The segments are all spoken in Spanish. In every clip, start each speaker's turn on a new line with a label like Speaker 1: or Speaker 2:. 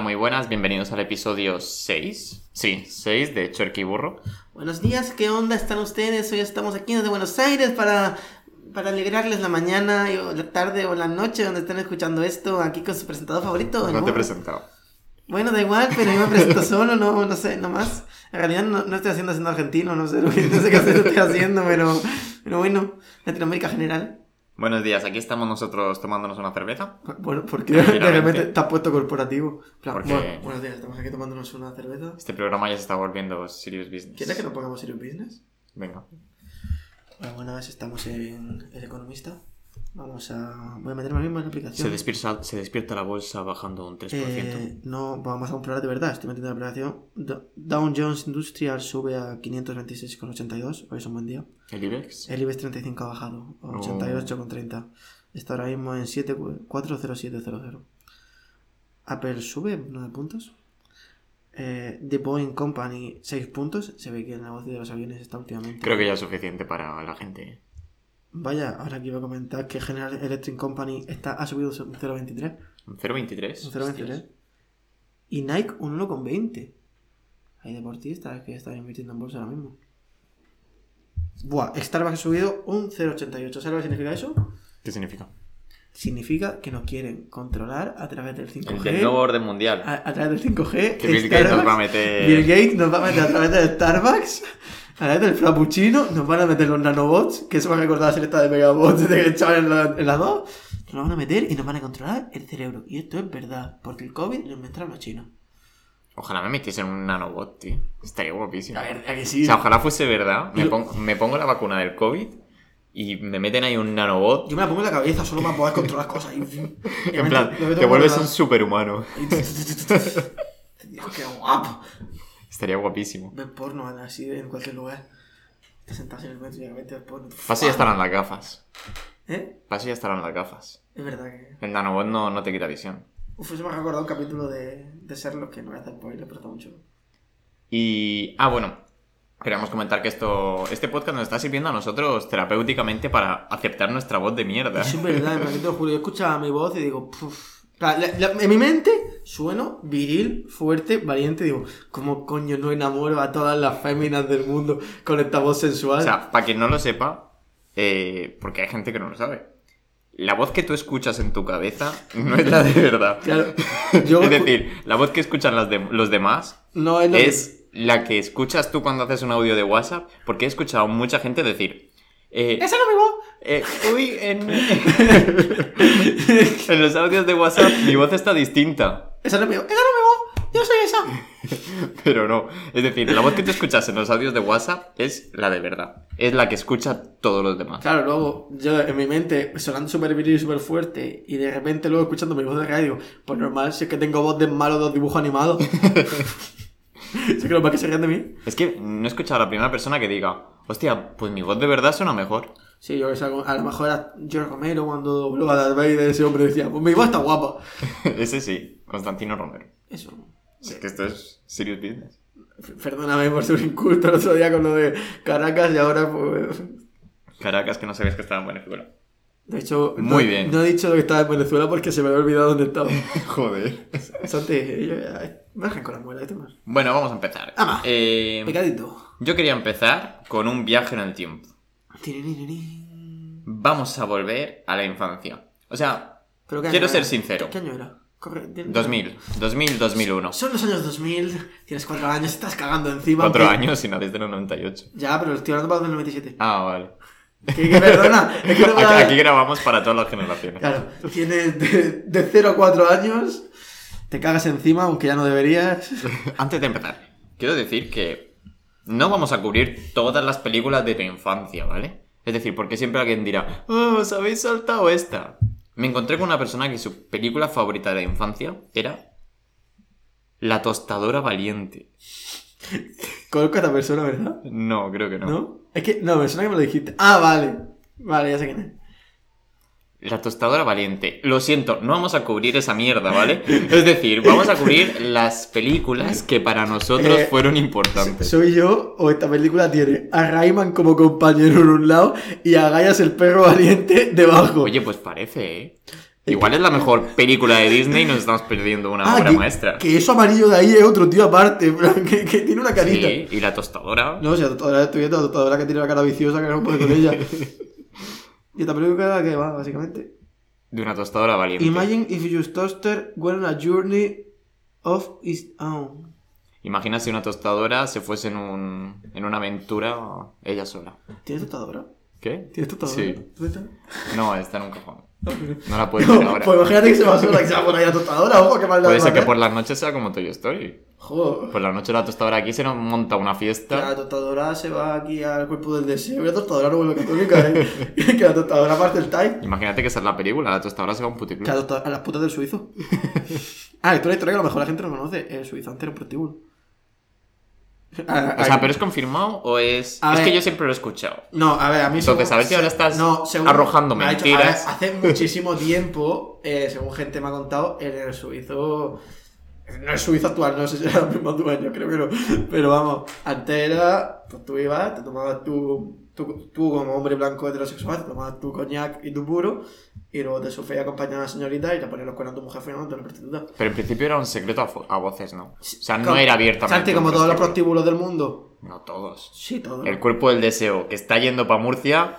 Speaker 1: Muy buenas, bienvenidos al episodio 6. Sí, 6 de Cherky Burro.
Speaker 2: Buenos días, ¿qué onda están ustedes? Hoy estamos aquí desde Buenos Aires para, para alegrarles la mañana, y- o la tarde o la noche donde estén escuchando esto, aquí con su presentador favorito.
Speaker 1: No te he
Speaker 2: ¿no?
Speaker 1: presentado.
Speaker 2: Bueno, da igual, pero yo me presento solo, no, no sé, nomás. En realidad no, no estoy haciendo haciendo argentino, no sé, lo que- no sé qué hacer, estoy haciendo, pero, pero bueno, Latinoamérica general.
Speaker 1: Buenos días, aquí estamos nosotros tomándonos una cerveza.
Speaker 2: Bueno, porque de
Speaker 1: Tranquilamente.
Speaker 2: repente está puesto corporativo. En plan,
Speaker 1: Porque-
Speaker 2: bueno, buenos días, estamos aquí tomándonos una cerveza.
Speaker 1: Este programa ya se está volviendo serious business.
Speaker 2: ¿Quieres que nos pongamos Serious Business?
Speaker 1: Venga.
Speaker 2: Bueno, buenas, estamos en El Economista. Vamos a. Voy a meterme mismo en la aplicación.
Speaker 1: Se despierta, se despierta la bolsa bajando un 3%.
Speaker 2: Eh, no, vamos a comprar de verdad. Estoy metiendo en la aplicación. Do- Dow Jones Industrial sube a 526,82. Hoy es un buen día.
Speaker 1: El IBEX.
Speaker 2: El E IBEX 35 ha bajado a
Speaker 1: Oh.
Speaker 2: 88,30. Está ahora mismo en 40700. Apple sube 9 puntos. Eh, The Boeing Company 6 puntos. Se ve que el negocio de los aviones está últimamente.
Speaker 1: Creo que ya es suficiente para la gente.
Speaker 2: Vaya, ahora que iba a comentar que General Electric Company está, ha subido un 0,23.
Speaker 1: Un 0,23.
Speaker 2: Un 0,23. Y Nike un 1,20. Hay deportistas que están invirtiendo en bolsa ahora mismo. Buah, Starbucks ha subido un 0,88. ¿Sabes lo que significa eso?
Speaker 1: ¿Qué significa?
Speaker 2: Significa que nos quieren controlar a través del
Speaker 1: El
Speaker 2: 5G.
Speaker 1: del nuevo orden mundial.
Speaker 2: a, a través del 5G.
Speaker 1: que Bill Gates nos va a
Speaker 2: Starbucks-
Speaker 1: meter.
Speaker 2: Bill Gates nos va a meter a través del Starbucks, a través del frappuccino, nos van a meter los nanobots, que se van a acordar la selecta de megabots de que echaban en la- en las dos. Nos lo van a meter y nos van a controlar el cerebro. Y esto es verdad, porque el COVID lo inventaron los chinos.
Speaker 1: Ojalá me metiesen un nanobot, tío. Estaría guapísimo.
Speaker 2: A ver, a que
Speaker 1: O
Speaker 2: sí.
Speaker 1: sea, ojalá fuese verdad. Me,
Speaker 2: Yo-
Speaker 1: pon- me pongo la vacuna del COVID y me meten ahí un nanobot.
Speaker 2: Yo me la pongo en la cabeza solo para poder controlar cosas. Y, y-
Speaker 1: En plan,
Speaker 2: lo meto
Speaker 1: te
Speaker 2: por
Speaker 1: vuelves
Speaker 2: la-
Speaker 1: un superhumano.
Speaker 2: y- Dios, qué guapo.
Speaker 1: Estaría guapísimo.
Speaker 2: Ver porno así en cualquier lugar. Te sentas en el metro y de repente ves porno.
Speaker 1: Pasa ya estarán las gafas.
Speaker 2: ¿Eh?
Speaker 1: Pasa ya estarán las gafas.
Speaker 2: Es verdad que.
Speaker 1: El nanobot no, no te quita visión.
Speaker 2: Uf, se me ha acordado un capítulo de, de Sherlock que no voy a hacer spoiler, pero está mucho.
Speaker 1: Y. Ah, bueno. Queríamos comentar que esto, este podcast nos está sirviendo a nosotros terapéuticamente para aceptar nuestra voz de mierda.
Speaker 2: Es verdad, me lo juro. Yo escuchaba mi voz y digo, puf. O sea, la- la- en mi mente sueno viril, fuerte, valiente. Digo, ¿cómo coño no enamoro a todas las féminas del mundo con esta voz sensual?
Speaker 1: O sea, para quien no lo sepa, eh, porque hay gente que no lo sabe. La voz que tú escuchas en tu cabeza no es la de verdad.
Speaker 2: claro, yo.
Speaker 1: es decir, la voz que escuchan las dem- los demás
Speaker 2: no es lo que-
Speaker 1: es la que escuchas tú cuando haces un audio de WhatsApp, porque he escuchado mucha gente decir... eh,
Speaker 2: Esa no es mi voz.
Speaker 1: eh, uy, en... en los audios de WhatsApp mi voz está distinta,
Speaker 2: Esa no es mi voz. Esa no es mi voz. Yo soy esa.
Speaker 1: pero no. Es decir, la voz que tú escuchas en los audios de WhatsApp es la de verdad, es la que escucha todos los demás.
Speaker 2: Claro, luego yo en mi mente sonando súper viril y súper fuerte y de repente luego escuchando mi voz de radio, pues normal, si es que tengo voz de malo de dibujos animados. si es que los más que se rían de mí.
Speaker 1: Es que no he escuchado a la primera persona que diga, hostia, pues mi voz de verdad suena mejor.
Speaker 2: Sí, yo que sé, a lo mejor era George Romero cuando dobló a Darth Vader, ese hombre decía, pues mi voz está guapa.
Speaker 1: Ese sí, Constantino Romero.
Speaker 2: Eso.
Speaker 1: Es que esto es serious business.
Speaker 2: F- Perdóname por ser inculto el otro día con lo de Caracas y ahora pues...
Speaker 1: Caracas, que no sabías que estaba en Venezuela.
Speaker 2: De hecho, no-
Speaker 1: Muy bien.
Speaker 2: no he dicho lo que estaba en Venezuela porque se me había olvidado dónde estaba.
Speaker 1: Joder.
Speaker 2: Santi, yo ya... Me dejan con la muela, este más.
Speaker 1: Bueno, vamos a empezar.
Speaker 2: Ama.
Speaker 1: Eh,
Speaker 2: Pecadito.
Speaker 1: yo quería empezar con un viaje en el tiempo.
Speaker 2: Tiriririrín.
Speaker 1: Vamos a volver a la infancia. O sea,
Speaker 2: Pero ¿qué año
Speaker 1: quiero
Speaker 2: era?
Speaker 1: ser sincero.
Speaker 2: ¿Qué año era? Corre, di-
Speaker 1: 2000, 2000, 2001.
Speaker 2: Son los años 2000, tienes 4 años, estás cagando encima.
Speaker 1: Cuatro
Speaker 2: aunque-
Speaker 1: años y naciste en el 98.
Speaker 2: Ya, pero estoy hablando para el 97.
Speaker 1: Ah, vale.
Speaker 2: Que, que perdona, es que no me da-
Speaker 1: Aquí, aquí grabamos para todas las generaciones.
Speaker 2: Claro, tienes de, de 0 a 4 años, te cagas encima, aunque ya no deberías.
Speaker 1: Antes de empezar, quiero decir que no vamos a cubrir todas las películas de tu infancia, ¿vale? Es decir, porque siempre alguien dirá, oh, os habéis saltado esta. Me encontré con una persona que su película favorita de la infancia era La tostadora valiente.
Speaker 2: Conozco a esta persona, ¿verdad?
Speaker 1: No, creo que no.
Speaker 2: ¿No? Es que, no, me suena que me lo dijiste. Ah, vale. Vale, ya sé quién es.
Speaker 1: La tostadora valiente. Lo siento, no vamos a cubrir esa mierda, ¿vale? Es decir, vamos a cubrir las películas que para nosotros
Speaker 2: Eh,
Speaker 1: fueron importantes.
Speaker 2: Soy yo, o esta película tiene a Rayman como compañero en un lado y a Gaias el perro valiente debajo.
Speaker 1: Oye, pues parece, ¿eh? Igual es la mejor película de Disney y nos estamos perdiendo una obra
Speaker 2: Ah, que,
Speaker 1: maestra.
Speaker 2: que eso amarillo de ahí es otro tío aparte, en plan, que, que tiene una carita.
Speaker 1: Sí, y la tostadora.
Speaker 2: No, o sea, toda la estoy viendo, la tostadora que tiene la cara viciosa que no puede con ella. y esta película que va, básicamente.
Speaker 1: De una tostadora valiente.
Speaker 2: Imagine if your toaster went on a journey of its own.
Speaker 1: Imagina si una tostadora se fuese en, un, en una aventura ella sola.
Speaker 2: ¿Tienes tostadora?
Speaker 1: ¿Qué?
Speaker 2: ¿Tienes tostadora?
Speaker 1: Sí.
Speaker 2: ¿Dónde está?
Speaker 1: No, está en un cajón.
Speaker 2: No,
Speaker 1: No la puedes ver ahora.
Speaker 2: Pues imagínate que se va a sola, que se va por ahí la tostadora, ojo, qué maldad.
Speaker 1: Puede ser
Speaker 2: ¿vale?
Speaker 1: que por las noches sea como Toy Story.
Speaker 2: Joder.
Speaker 1: Por la noche la tostadora aquí se nos monta una fiesta.
Speaker 2: La tostadora se va aquí al cuerpo del deseo. La tostadora no vuelve católica, ¿eh? que la tostadora parte el time.
Speaker 1: Imagínate que esa es la película, la tostadora se va a un
Speaker 2: Que
Speaker 1: puticlub.
Speaker 2: la tosta- a las putas del suizo. ah, esto es una historia que a lo mejor la gente no conoce. El suizo antes era un prostíbulo. Ah,
Speaker 1: O sea,
Speaker 2: ah,
Speaker 1: ¿pero es confirmado o es...?
Speaker 2: A
Speaker 1: es
Speaker 2: ver.
Speaker 1: que yo siempre lo he escuchado.
Speaker 2: No, a ver, a mí
Speaker 1: Entonces,
Speaker 2: según-
Speaker 1: a ver si ahora
Speaker 2: se-
Speaker 1: estás
Speaker 2: según-
Speaker 1: arrojando
Speaker 2: me ha dicho-
Speaker 1: mentiras.
Speaker 2: a ver, hace muchísimo tiempo, eh, según gente me ha contado, en el suizo. No es suizo actual, no sé si era el mismo dueño, creo que no. Pero vamos, antes era. Pues tú ibas, te tomabas tu. Tú, tú como hombre blanco heterosexual, te tomabas tu coñac y tu puro, y luego te sufría acompañar a una señorita y te ponías los cuernos a tu mujer finalmente una prostituta.
Speaker 1: Pero en principio era un secreto a, fo- a voces, ¿no? O sea, no
Speaker 2: Como-
Speaker 1: era abiertamente.
Speaker 2: Santi,
Speaker 1: un
Speaker 2: como todos los
Speaker 1: prostíbulo.
Speaker 2: prostíbulos del mundo.
Speaker 1: No todos.
Speaker 2: Sí, todos.
Speaker 1: El cuerpo del deseo que está yendo para Murcia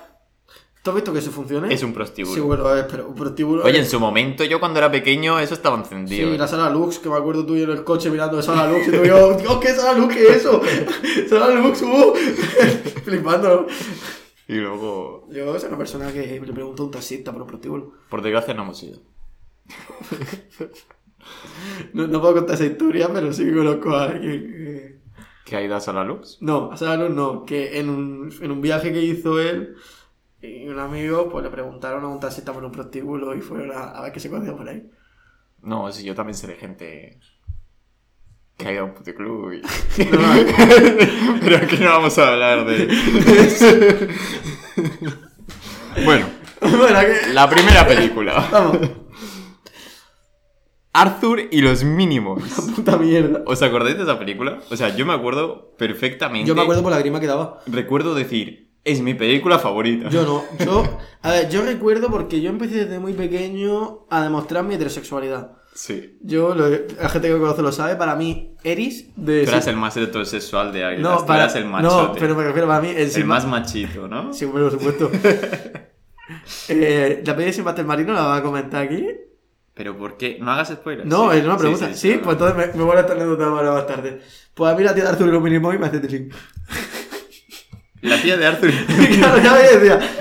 Speaker 2: ¿Tú has visto que eso funciona?
Speaker 1: es un prostíbulo.
Speaker 2: ¿Eh? Sí, bueno, a ver, pero un prostíbulo.
Speaker 1: Oye, en su momento, yo cuando era pequeño, eso estaba encendido.
Speaker 2: Sí,
Speaker 1: ¿eh?
Speaker 2: la sala Lux, que me acuerdo tú y yo en el coche mirando sala Lux y tú y yo, Dios, ¿qué sala Lux? ¿Qué es eso? Sala Lux, uh, flipando.
Speaker 1: Y luego,
Speaker 2: Yo soy una persona que le pregunto a un taxista por un prostíbulo.
Speaker 1: por desgracia, no hemos ido.
Speaker 2: No, no puedo contar esa historia, pero sí que conozco a alguien. que-
Speaker 1: ¿Qué ha ido a la luz?
Speaker 2: No, a sala Lux no, que en un, en un viaje que hizo él y un amigo, pues le preguntaron a un taxista por un prostíbulo y fueron a, a ver qué se conocía por ahí.
Speaker 1: No, sí, yo también sé de gente que ha ido a un puticlub. y- Pero aquí no vamos a hablar de. bueno,
Speaker 2: bueno, que...
Speaker 1: la primera película:
Speaker 2: Vamos,
Speaker 1: Arthur y los mínimos.
Speaker 2: puta mierda.
Speaker 1: ¿Os acordáis de esa película? O sea, yo me acuerdo perfectamente.
Speaker 2: Yo me acuerdo por la grima que daba.
Speaker 1: Recuerdo decir, es mi película favorita.
Speaker 2: Yo no, yo, a ver, yo recuerdo porque yo empecé desde muy pequeño a demostrar mi heterosexualidad.
Speaker 1: Sí.
Speaker 2: Yo, lo- la gente que me conoce lo sabe, para mí, Eris de...
Speaker 1: Tú eras el más heterosexual de Águilas.
Speaker 2: no,
Speaker 1: tú
Speaker 2: para-
Speaker 1: eras el machote.
Speaker 2: no, pero me refiero para mí, el,
Speaker 1: El
Speaker 2: Sin-
Speaker 1: más machito, ¿no?
Speaker 2: Sí, bueno, por supuesto. eh, la peli de Sin Pastel Marino la va a comentar aquí.
Speaker 1: Pero ¿por qué? No hagas spoilers.
Speaker 2: No,
Speaker 1: Sí,
Speaker 2: es una
Speaker 1: sí,
Speaker 2: pregunta. Sí,
Speaker 1: claro.
Speaker 2: pues entonces me, me voy a estar anécdota ahora más tarde. Pues a mí la tía de Arturo lo mínimo y me hace tilín.
Speaker 1: La tía de Arthur.
Speaker 2: claro, ya me decía.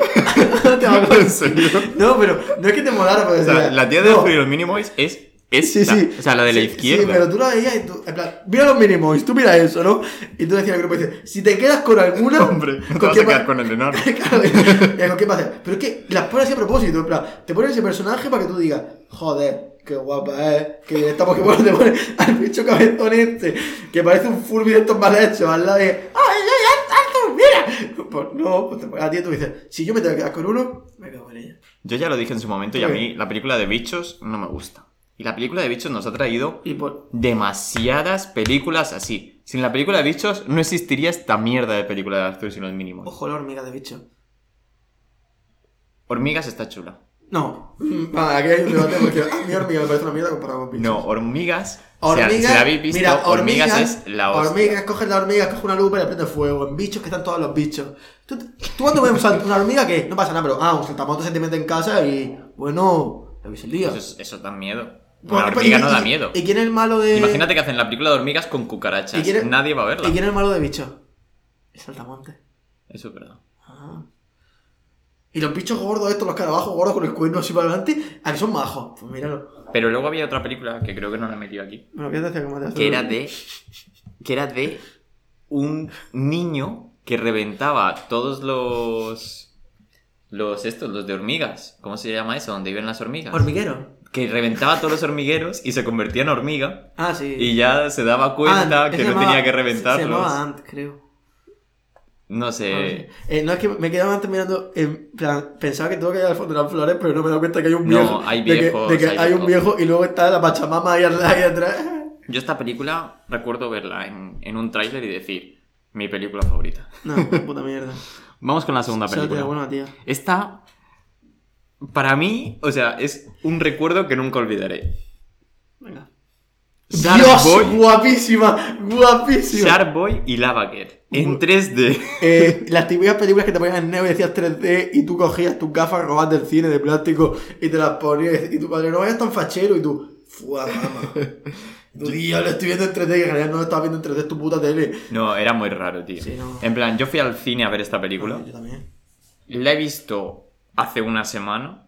Speaker 2: no te va a
Speaker 1: ¿En serio?
Speaker 2: No, pero no es que te molara, porque
Speaker 1: O sea, la tía de Arthur y los Minimoys es. es
Speaker 2: Sí,
Speaker 1: la-
Speaker 2: sí.
Speaker 1: O sea, la de la
Speaker 2: Sí,
Speaker 1: izquierda.
Speaker 2: Sí, pero tú la veías y tú, en plan, mira los mínimos, tú mira eso, ¿no? Y tú decías al grupo, dices, si te quedas con alguna.
Speaker 1: Hombre, no te
Speaker 2: ¿con
Speaker 1: vas
Speaker 2: quién
Speaker 1: a quedar
Speaker 2: va-
Speaker 1: con el enorme.
Speaker 2: Claro, y- y digo, ¿qué pasa? Pero es que las pones así a propósito, en plan, te ponen ese personaje para que tú digas, joder, qué guapa es, que bien estamos que bueno, te ponen al bicho cabezón este, que parece un Furby de estos mal hechos, al lado de, ¡ay, ay, ay, Arthur, mira! Pues no, pues te pones a ti y tú dices, si yo me tengo que quedar con uno, me quedo con ella.
Speaker 1: Yo ya lo dije en su momento y a
Speaker 2: ¿Qué?
Speaker 1: mí la película de bichos no me gusta. Y la película de bichos nos ha traído
Speaker 2: Y pues, por.
Speaker 1: demasiadas películas así. Sin la película de bichos no existiría esta mierda de película de Arthur sin los Minimoys.
Speaker 2: Ojo la hormiga de bicho.
Speaker 1: Hormigas está chula.
Speaker 2: No. Vale, Ah, aquí hay un debate porque a mí hormiga me parece una mierda comparado con bichos.
Speaker 1: No, hormigas. o sea,
Speaker 2: Hormigas,
Speaker 1: si la habéis visto,
Speaker 2: mira,
Speaker 1: hormigas, es la hostia.
Speaker 2: Hormigas, coges la hormiga, coges una lupa y le prendes fuego. En bichos que están todos los bichos. ¿Tú, tú cuando ves un sal- una hormiga que no pasa nada, pero ah, un saltamoto se te mete en casa y bueno, lo ves el día.
Speaker 1: Eso, es- eso da miedo. Una
Speaker 2: Bueno, pero
Speaker 1: hormiga
Speaker 2: y-
Speaker 1: no da
Speaker 2: y-
Speaker 1: miedo.
Speaker 2: ¿Y quién es el malo de.?
Speaker 1: Imagínate que hacen la película de hormigas con cucarachas.
Speaker 2: ¿Y quién-
Speaker 1: Nadie va a
Speaker 2: ¿Y
Speaker 1: verla.
Speaker 2: quién es el malo de bichos? El saltamonte.
Speaker 1: Eso es verdad.
Speaker 2: Ah. Y los bichos gordos estos, los carabajos gordos con el cuerno así para adelante, ah, que son majos. Pues míralo.
Speaker 1: Pero luego había otra película que creo que no la he metido aquí.
Speaker 2: Me lo voy a decir que me hace-
Speaker 1: Que era de. Que era de un niño que reventaba todos los. Los estos, los de hormigas. ¿Cómo se llama eso? Donde viven las hormigas.
Speaker 2: Hormiguero.
Speaker 1: que reventaba todos los hormigueros y se convertía en hormiga.
Speaker 2: Ah, sí.
Speaker 1: Y ya se daba cuenta
Speaker 2: Ant,
Speaker 1: que
Speaker 2: Ah, se
Speaker 1: no
Speaker 2: llamaba-
Speaker 1: tenía que
Speaker 2: Se, se
Speaker 1: reventarlos.
Speaker 2: llamaba Ant, creo.
Speaker 1: no sé.
Speaker 2: Eh, no, es que me quedaba antes mirando. En plan, pensaba que tengo que ir al fondo de las flores, pero no me he dado cuenta que hay un
Speaker 1: No,
Speaker 2: viejo.
Speaker 1: hay
Speaker 2: de que-
Speaker 1: viejos,
Speaker 2: De que, hay,
Speaker 1: hay
Speaker 2: un
Speaker 1: viejos.
Speaker 2: viejo y luego está la pachamama ahí, al- ahí atrás.
Speaker 1: Yo esta película recuerdo verla en, en un tráiler y decir, mi película favorita.
Speaker 2: No, puta mierda.
Speaker 1: Vamos con la segunda
Speaker 2: Solo tiene
Speaker 1: película.
Speaker 2: buena, tía.
Speaker 1: Esta Para mí, o sea, es un recuerdo que nunca olvidaré.
Speaker 2: Venga.
Speaker 1: Shark
Speaker 2: ¡Dios!
Speaker 1: Boy.
Speaker 2: Guapísima, guapísima.
Speaker 1: Shark Boy y Lava Girl. En
Speaker 2: Bu-
Speaker 1: 3D.
Speaker 2: Eh, las típicas películas que te ponían en negro y decías 3D y tú cogías tus gafas robadas del cine de plástico y te las ponías y tu padre no vayas tan fachero y tú, ¡fua, mamá! Tú, tío, lo estoy viendo en 3D y en realidad no lo estás viendo en 3D, es tu puta tele.
Speaker 1: No, era muy raro, tío.
Speaker 2: Sí, no.
Speaker 1: En plan, yo fui al cine a ver esta película.
Speaker 2: Yo también.
Speaker 1: La he visto hace una semana.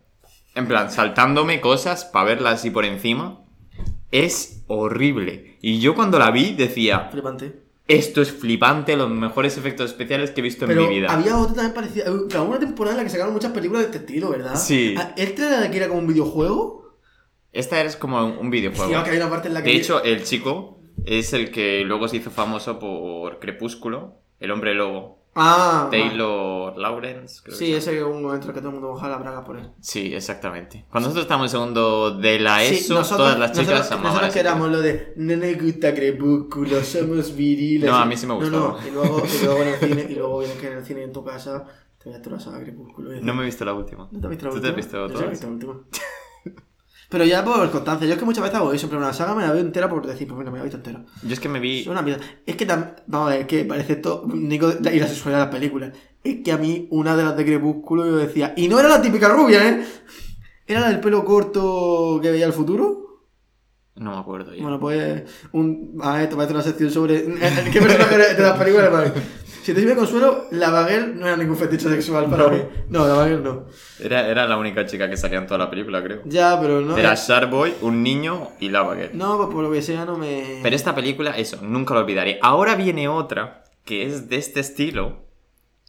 Speaker 1: En plan, saltándome cosas para verla así por encima. Es horrible. Y yo cuando la vi decía,
Speaker 2: Flipante.
Speaker 1: esto es flipante, los mejores efectos especiales que he visto
Speaker 2: Pero
Speaker 1: en mi vida.
Speaker 2: había otra también parecida. eh, Hubo una temporada en la que sacaron muchas películas de este estilo, ¿verdad?
Speaker 1: Sí.
Speaker 2: Ah, ¿Esta era la que era como un videojuego?
Speaker 1: Esta es como un videojuego.
Speaker 2: Tío, que hay una parte en la que.
Speaker 1: De hecho, el chico es el que luego se hizo famoso por Crepúsculo, el hombre lobo.
Speaker 2: Ah.
Speaker 1: Taylor Lawrence, creo
Speaker 2: Sí,
Speaker 1: que
Speaker 2: ese que es un momento en el que todo el mundo baja las bragas por él.
Speaker 1: Sí, exactamente. Cuando nosotros estábamos en segundo de la ESO,
Speaker 2: Sí, nosotros-
Speaker 1: todas las chicas
Speaker 2: nosotros,
Speaker 1: amaban
Speaker 2: nosotros
Speaker 1: ese
Speaker 2: que éramos lo de no nos gusta crepúsculo, somos viriles.
Speaker 1: No, a mí sí me
Speaker 2: No, no,
Speaker 1: gustaba.
Speaker 2: y luego, y luego en el cine, y luego vienes que en el cine en tu casa te ves toda la saga crepúsculo.
Speaker 1: tipo.
Speaker 2: y dices,
Speaker 1: No me he visto la última.
Speaker 2: ¿No te has visto la
Speaker 1: ¿Tú
Speaker 2: última?
Speaker 1: te has visto
Speaker 2: Yo sí me he visto
Speaker 1: todas?
Speaker 2: la última. Pero ya por constancia, yo es que muchas veces hago eso, pero una saga me la veo entera por decir, pues venga, me la he visto entera.
Speaker 1: Yo es que me vi.
Speaker 2: Es una mierda. Es que tam- Vamos a ver, que parece todo. Nico y la sexualidad de las películas. Es que a mí, una de las de Crepúsculo, yo decía. Y no era la típica rubia, ¿eh? Era la del pelo corto que veía el futuro.
Speaker 1: No me acuerdo ya.
Speaker 2: Bueno, pues. Un... A ver, esto parece una sección sobre. eh, ¿Qué personaje era de las películas para mí? Si te sirve consuelo, la Baguel no era ningún fetiche sexual para mí. No, la Baguel no.
Speaker 1: Era, era la única chica que salía en toda la película, creo.
Speaker 2: Ya, pero no.
Speaker 1: Era Sharkboy, un niño y Lava Girl.
Speaker 2: No, pues por lo que sea, no me.
Speaker 1: Pero esta película, eso, nunca lo olvidaré. Ahora viene otra que es de este estilo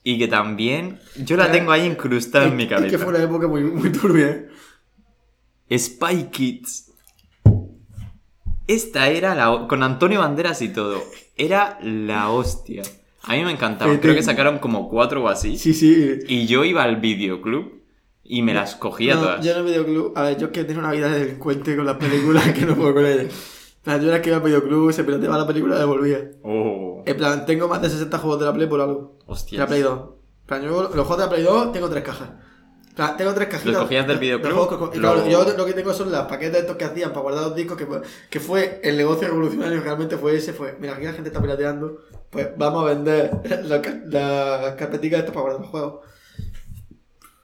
Speaker 1: y que también yo la
Speaker 2: Pero-
Speaker 1: tengo ahí incrustada en mi
Speaker 2: Es que
Speaker 1: cabeza.
Speaker 2: fue una época muy, muy turbia, ¿eh?
Speaker 1: Spy Kids. Esta era la... ho- con Antonio Banderas y todo. Era la hostia. A mí me encantaba. Creo que sacaron como cuatro o así.
Speaker 2: Eh, Sí, sí.
Speaker 1: Y yo iba al videoclub y me las cogía
Speaker 2: no,
Speaker 1: todas.
Speaker 2: Yo en el videoclub, a ver, yo es que tengo una vida de delincuente con las películas que no puedo con ellas. En plan, yo era que iba al videoclub, se pirateaba la película y devolvía.
Speaker 1: Oh,
Speaker 2: En plan, tengo más de 60 juegos de la Play por algo. De
Speaker 1: hostia.
Speaker 2: la Play 2. En plan, yo los juegos de la Play 2 tengo tres cajas. En plan, tengo tres cajitas.
Speaker 1: ¿Los cogías del
Speaker 2: de-
Speaker 1: videoclub?
Speaker 2: de juegos que co- y claro,
Speaker 1: Luego-
Speaker 2: yo lo que tengo son las paquetes estos que hacían para guardar los discos, que, fue- que fue el negocio revolucionario, que realmente fue ese, fue, mira, aquí la gente está pirateando, pues vamos a vender la ca- las carpeticas estas para guardar los juegos.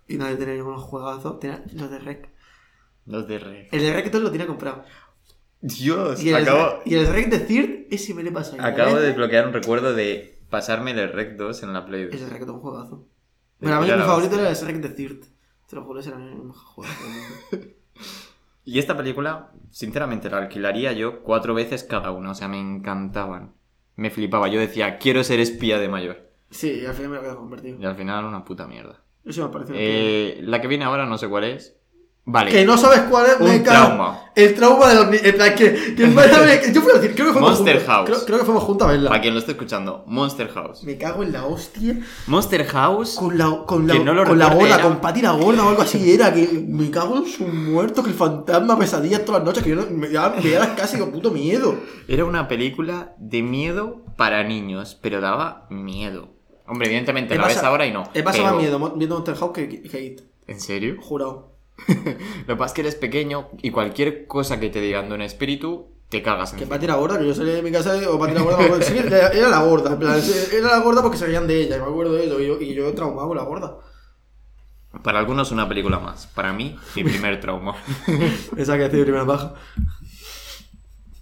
Speaker 2: Y nadie tenía ningunos juegazos, tenía los de Rec.
Speaker 1: Los de re.
Speaker 2: El de Rec todo lo tenía comprado.
Speaker 1: Dios,
Speaker 2: Y el,
Speaker 1: Pues acabo,
Speaker 2: y el Rec de Third, ese me lo he pasado.
Speaker 1: acabo de desbloquear un recuerdo de pasarme el Rec 2 en la Play 2.
Speaker 2: Es el Rec todo un juegazo.
Speaker 1: De
Speaker 2: Bueno, a mí
Speaker 1: tirar
Speaker 2: mi
Speaker 1: la
Speaker 2: favorito era el Rec de Third. Te lo juro, ese era mi mejor juegazo. del mundo.
Speaker 1: Y esta película, sinceramente, la alquilaría yo cuatro veces cada una. O sea, me encantaban. Me flipaba. Yo decía, quiero ser espía de mayor.
Speaker 2: Sí, y al final me lo quedo convertido.
Speaker 1: Y al final, una puta mierda.
Speaker 2: Eso me parece.
Speaker 1: Eh, la que viene ahora, no sé cuál es. Vale.
Speaker 2: que no sabes cuál es, me
Speaker 1: Un
Speaker 2: cago.
Speaker 1: trauma.
Speaker 2: El trauma de los niños. En plan, que. que vaya- yo fui a decir, creo que fuimos
Speaker 1: Monster
Speaker 2: juntos.
Speaker 1: House.
Speaker 2: Creo, creo que fuimos juntos a verla.
Speaker 1: Para quien lo esté escuchando, Monster House.
Speaker 2: Me cago en la hostia.
Speaker 1: Monster House.
Speaker 2: Con la, con la,
Speaker 1: Que no lo
Speaker 2: con la
Speaker 1: recuerde,
Speaker 2: gorda,
Speaker 1: era-
Speaker 2: con Pati la gorda o algo así era. Que me cago en su muerto, que el fantasma pesadillas todas las noches. Que yo no- me daba me daba casi con puto miedo.
Speaker 1: Era una película de miedo para niños, pero daba miedo. Hombre, evidentemente
Speaker 2: He
Speaker 1: la ves
Speaker 2: pasado-
Speaker 1: ahora y no.
Speaker 2: He pasado más
Speaker 1: pero-
Speaker 2: miedo mo- viendo Monster House que que Hate.
Speaker 1: ¿En serio?
Speaker 2: Jurado.
Speaker 1: Lo que pasa es que eres pequeño y cualquier cosa que te digan de un espíritu, te cagas.
Speaker 2: Que
Speaker 1: encima.
Speaker 2: Pati la gorda, que yo salí de mi casa o Pati la gorda. me acuerdo- sí, era era la gorda. En plan, sí, era la gorda porque se reían de ella. y Me acuerdo de eso. Y yo, y yo traumado con la gorda.
Speaker 1: Para algunos una película más. Para mí, mi primer trauma.
Speaker 2: Esa que decía primera baja.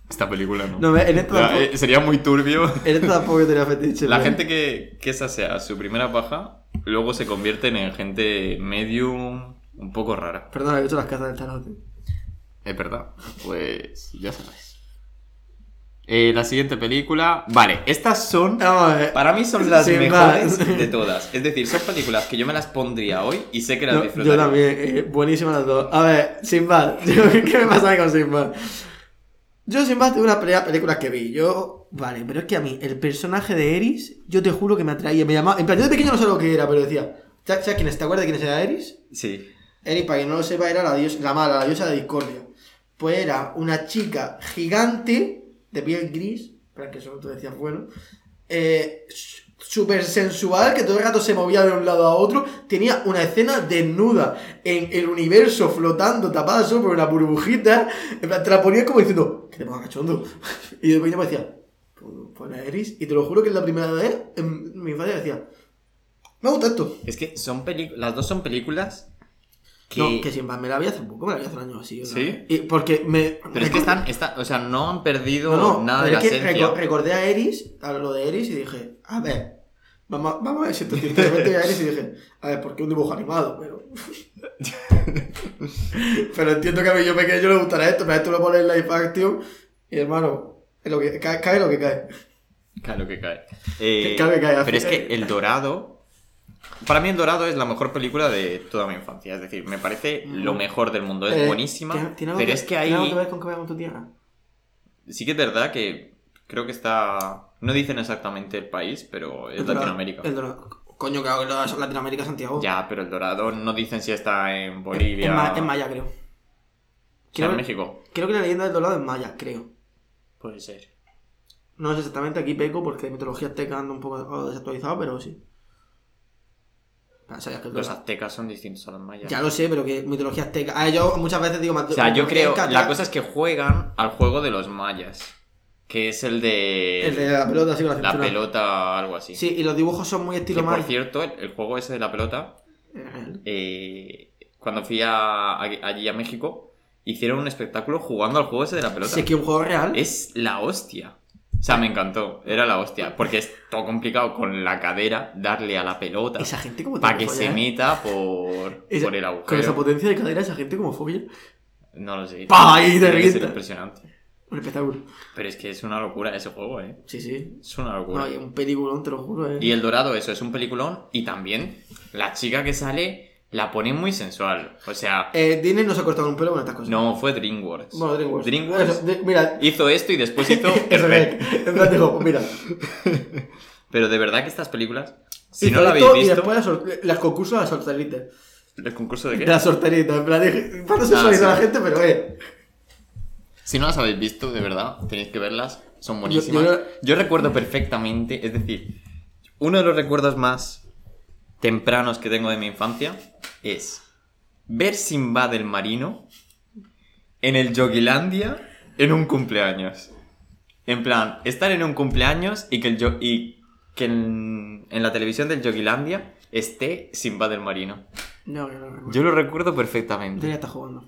Speaker 1: Esta película no.
Speaker 2: No, en esta
Speaker 1: Ya,
Speaker 2: tampoco,
Speaker 1: eh, sería muy turbio.
Speaker 2: en esta tampoco tenía fetiche.
Speaker 1: La
Speaker 2: pero-
Speaker 1: gente que, que esa sea su primera baja, luego se convierten en gente medium un poco rara.
Speaker 2: Perdona, he hecho las cartas del tarot. tío.
Speaker 1: Es verdad. Pues ya sabes. Eh, la siguiente película. Vale, estas son.
Speaker 2: Vamos a ver.
Speaker 1: Para mí son las
Speaker 2: Sin
Speaker 1: mejores
Speaker 2: más.
Speaker 1: de todas. Es decir, son películas que yo me las pondría hoy y sé que las
Speaker 2: No,
Speaker 1: disfrutaría.
Speaker 2: yo también, eh, buenísimas las dos. A ver, Sinbad, Yo, ¿qué me pasa con Sinbad? Yo Sinbad tuve una pelea películas que vi. Yo, vale, pero es que a mí, el personaje de Eris, yo te juro que me atraía. Me llamaba. En plan, yo de pequeño no sé lo que era, pero decía, ¿sabes sabes quién es? ¿Te acuerdas de quién era Eris?
Speaker 1: Sí.
Speaker 2: Eri, para quien no lo sepa, era la, dios- la mala, la diosa de discordia. Pues era una chica gigante, de piel gris, para que eso tú decías, bueno, eh, s- súper sensual, que todo el rato se movía de un lado a otro. Tenía una escena desnuda en el universo flotando, tapada solo por una burbujita. En plan, Te la ponías como diciendo, que te pongas cachondo. Y después yo me decía, pues la Eris. Y te lo juro que es la primera vez en mi infancia que decía, me gusta esto.
Speaker 1: Es que son peli- las dos son películas que...
Speaker 2: No, que sin más, me la vi hace poco, me la vi hace un año así. o sea,
Speaker 1: ¿Sí?
Speaker 2: y porque me.
Speaker 1: Pero es que están, está- o sea, no han perdido
Speaker 2: No, no,
Speaker 1: nada de
Speaker 2: pero
Speaker 1: la
Speaker 2: es que
Speaker 1: esencia.
Speaker 2: reco- recordé a Eris, a lo de Eris, y dije, a ver, vamos, a- vamos a ver si esto es cierto. De repente vi a Eris y dije, a ver, ¿por qué un dibujo animado? Pero. pero entiendo que a mí yo pequeño le gustará esto, pero esto lo pones en Life Action, y hermano, es lo que, cae, cae lo que cae.
Speaker 1: Claro que cae. Eh,
Speaker 2: Que cae, que cae.
Speaker 1: pero es que El Dorado. Para mí, El Dorado es la mejor película de toda mi infancia. Es decir, me parece lo mejor del mundo. Es
Speaker 2: Mm. Eh,
Speaker 1: buenísima.
Speaker 2: ¿tiene- tiene algo
Speaker 1: pero
Speaker 2: que-
Speaker 1: es que
Speaker 2: ¿Tiene algo que
Speaker 1: ahí.
Speaker 2: ver con que vayamos tu tierra?
Speaker 1: Sí que es verdad que creo que está. No dicen exactamente el país, pero es
Speaker 2: El Dorado-
Speaker 1: Latinoamérica.
Speaker 2: el Dorado- Coño, claro, que es Latinoamérica, Santiago.
Speaker 1: Ya, pero El Dorado no dicen si está en Bolivia.
Speaker 2: En, ma- en maya, creo.
Speaker 1: está en
Speaker 2: Creo-
Speaker 1: México.
Speaker 2: Creo que la leyenda del dorado es maya, creo.
Speaker 1: Puede ser.
Speaker 2: No sé exactamente, aquí peco porque de mitología azteca ando un poco desactualizado, pero sí. Ah, sabías que el
Speaker 1: Los
Speaker 2: dorado-
Speaker 1: aztecas son distintos a los mayas.
Speaker 2: Ya lo sé, pero que mitología azteca. Ah, yo muchas veces digo.
Speaker 1: O sea, yo creo. La cosa es que juegan al juego de los mayas. Que es el de.
Speaker 2: El de la pelota, sí, con la
Speaker 1: la
Speaker 2: cintura.
Speaker 1: pelota, algo así.
Speaker 2: Sí, y los dibujos son muy
Speaker 1: Que,
Speaker 2: estilo
Speaker 1: por
Speaker 2: maya.
Speaker 1: cierto, el, el juego ese de la pelota,
Speaker 2: Eh,
Speaker 1: eh, cuando fui a- a- allí a México, hicieron un espectáculo jugando al juego ese de la pelota.
Speaker 2: Si es que un juego real.
Speaker 1: Es la hostia. O sea, me encantó. Era la hostia. Porque es todo complicado con la cadera darle a la pelota
Speaker 2: Esa gente como
Speaker 1: para que se meta por,
Speaker 2: ¿eh? Esa-
Speaker 1: por el
Speaker 2: Con esa
Speaker 1: agujero.
Speaker 2: potencia de cadera, esa gente como fobia.
Speaker 1: No lo sé.
Speaker 2: ¡Pa! Ahí te
Speaker 1: Debe ser
Speaker 2: revienta.
Speaker 1: impresionante.
Speaker 2: Un espectáculo.
Speaker 1: Pero es que es una locura ese juego, ¿eh?
Speaker 2: Sí, sí.
Speaker 1: Es una locura.
Speaker 2: No, hay un peliculón, te lo juro. Eh.
Speaker 1: Y El Dorado, eso, es un peliculón. Y también, la chica que sale la pone muy sensual. O sea,
Speaker 2: Eh, Disney no se ha cortado un pelo con estas cosas.
Speaker 1: no, fue DreamWorks.
Speaker 2: Bueno, DreamWorks.
Speaker 1: DreamWorks
Speaker 2: Eso, de- mira,
Speaker 1: hizo esto y después hizo
Speaker 2: eso
Speaker 1: Shrek.
Speaker 2: es. En plan, digo, pues mira.
Speaker 1: Pero de verdad que estas películas, si
Speaker 2: hizo
Speaker 1: no la
Speaker 2: esto
Speaker 1: habéis
Speaker 2: Y
Speaker 1: visto,
Speaker 2: después las, sor- las concursos a las sorteritas.
Speaker 1: ¿el concurso de
Speaker 2: De
Speaker 1: qué?
Speaker 2: las sorteritas. En plan, dije, para no
Speaker 1: Ah,
Speaker 2: sensualizar a la
Speaker 1: sí.
Speaker 2: gente, pero eh.
Speaker 1: Si no las habéis visto, de verdad, tenéis que verlas. Son buenísimas. Yo,
Speaker 2: yo-
Speaker 1: recuerdo perfectamente, es decir, uno de los recuerdos más tempranos que tengo de mi infancia es ver Simba del Marino en el Yogilandia en un cumpleaños. En plan, estar en un cumpleaños y que, el yo- y que en, en la televisión del Yogilandia esté Simba del Marino.
Speaker 2: No, no, no. no.
Speaker 1: Yo lo recuerdo perfectamente.
Speaker 2: Tú ya estás jugando.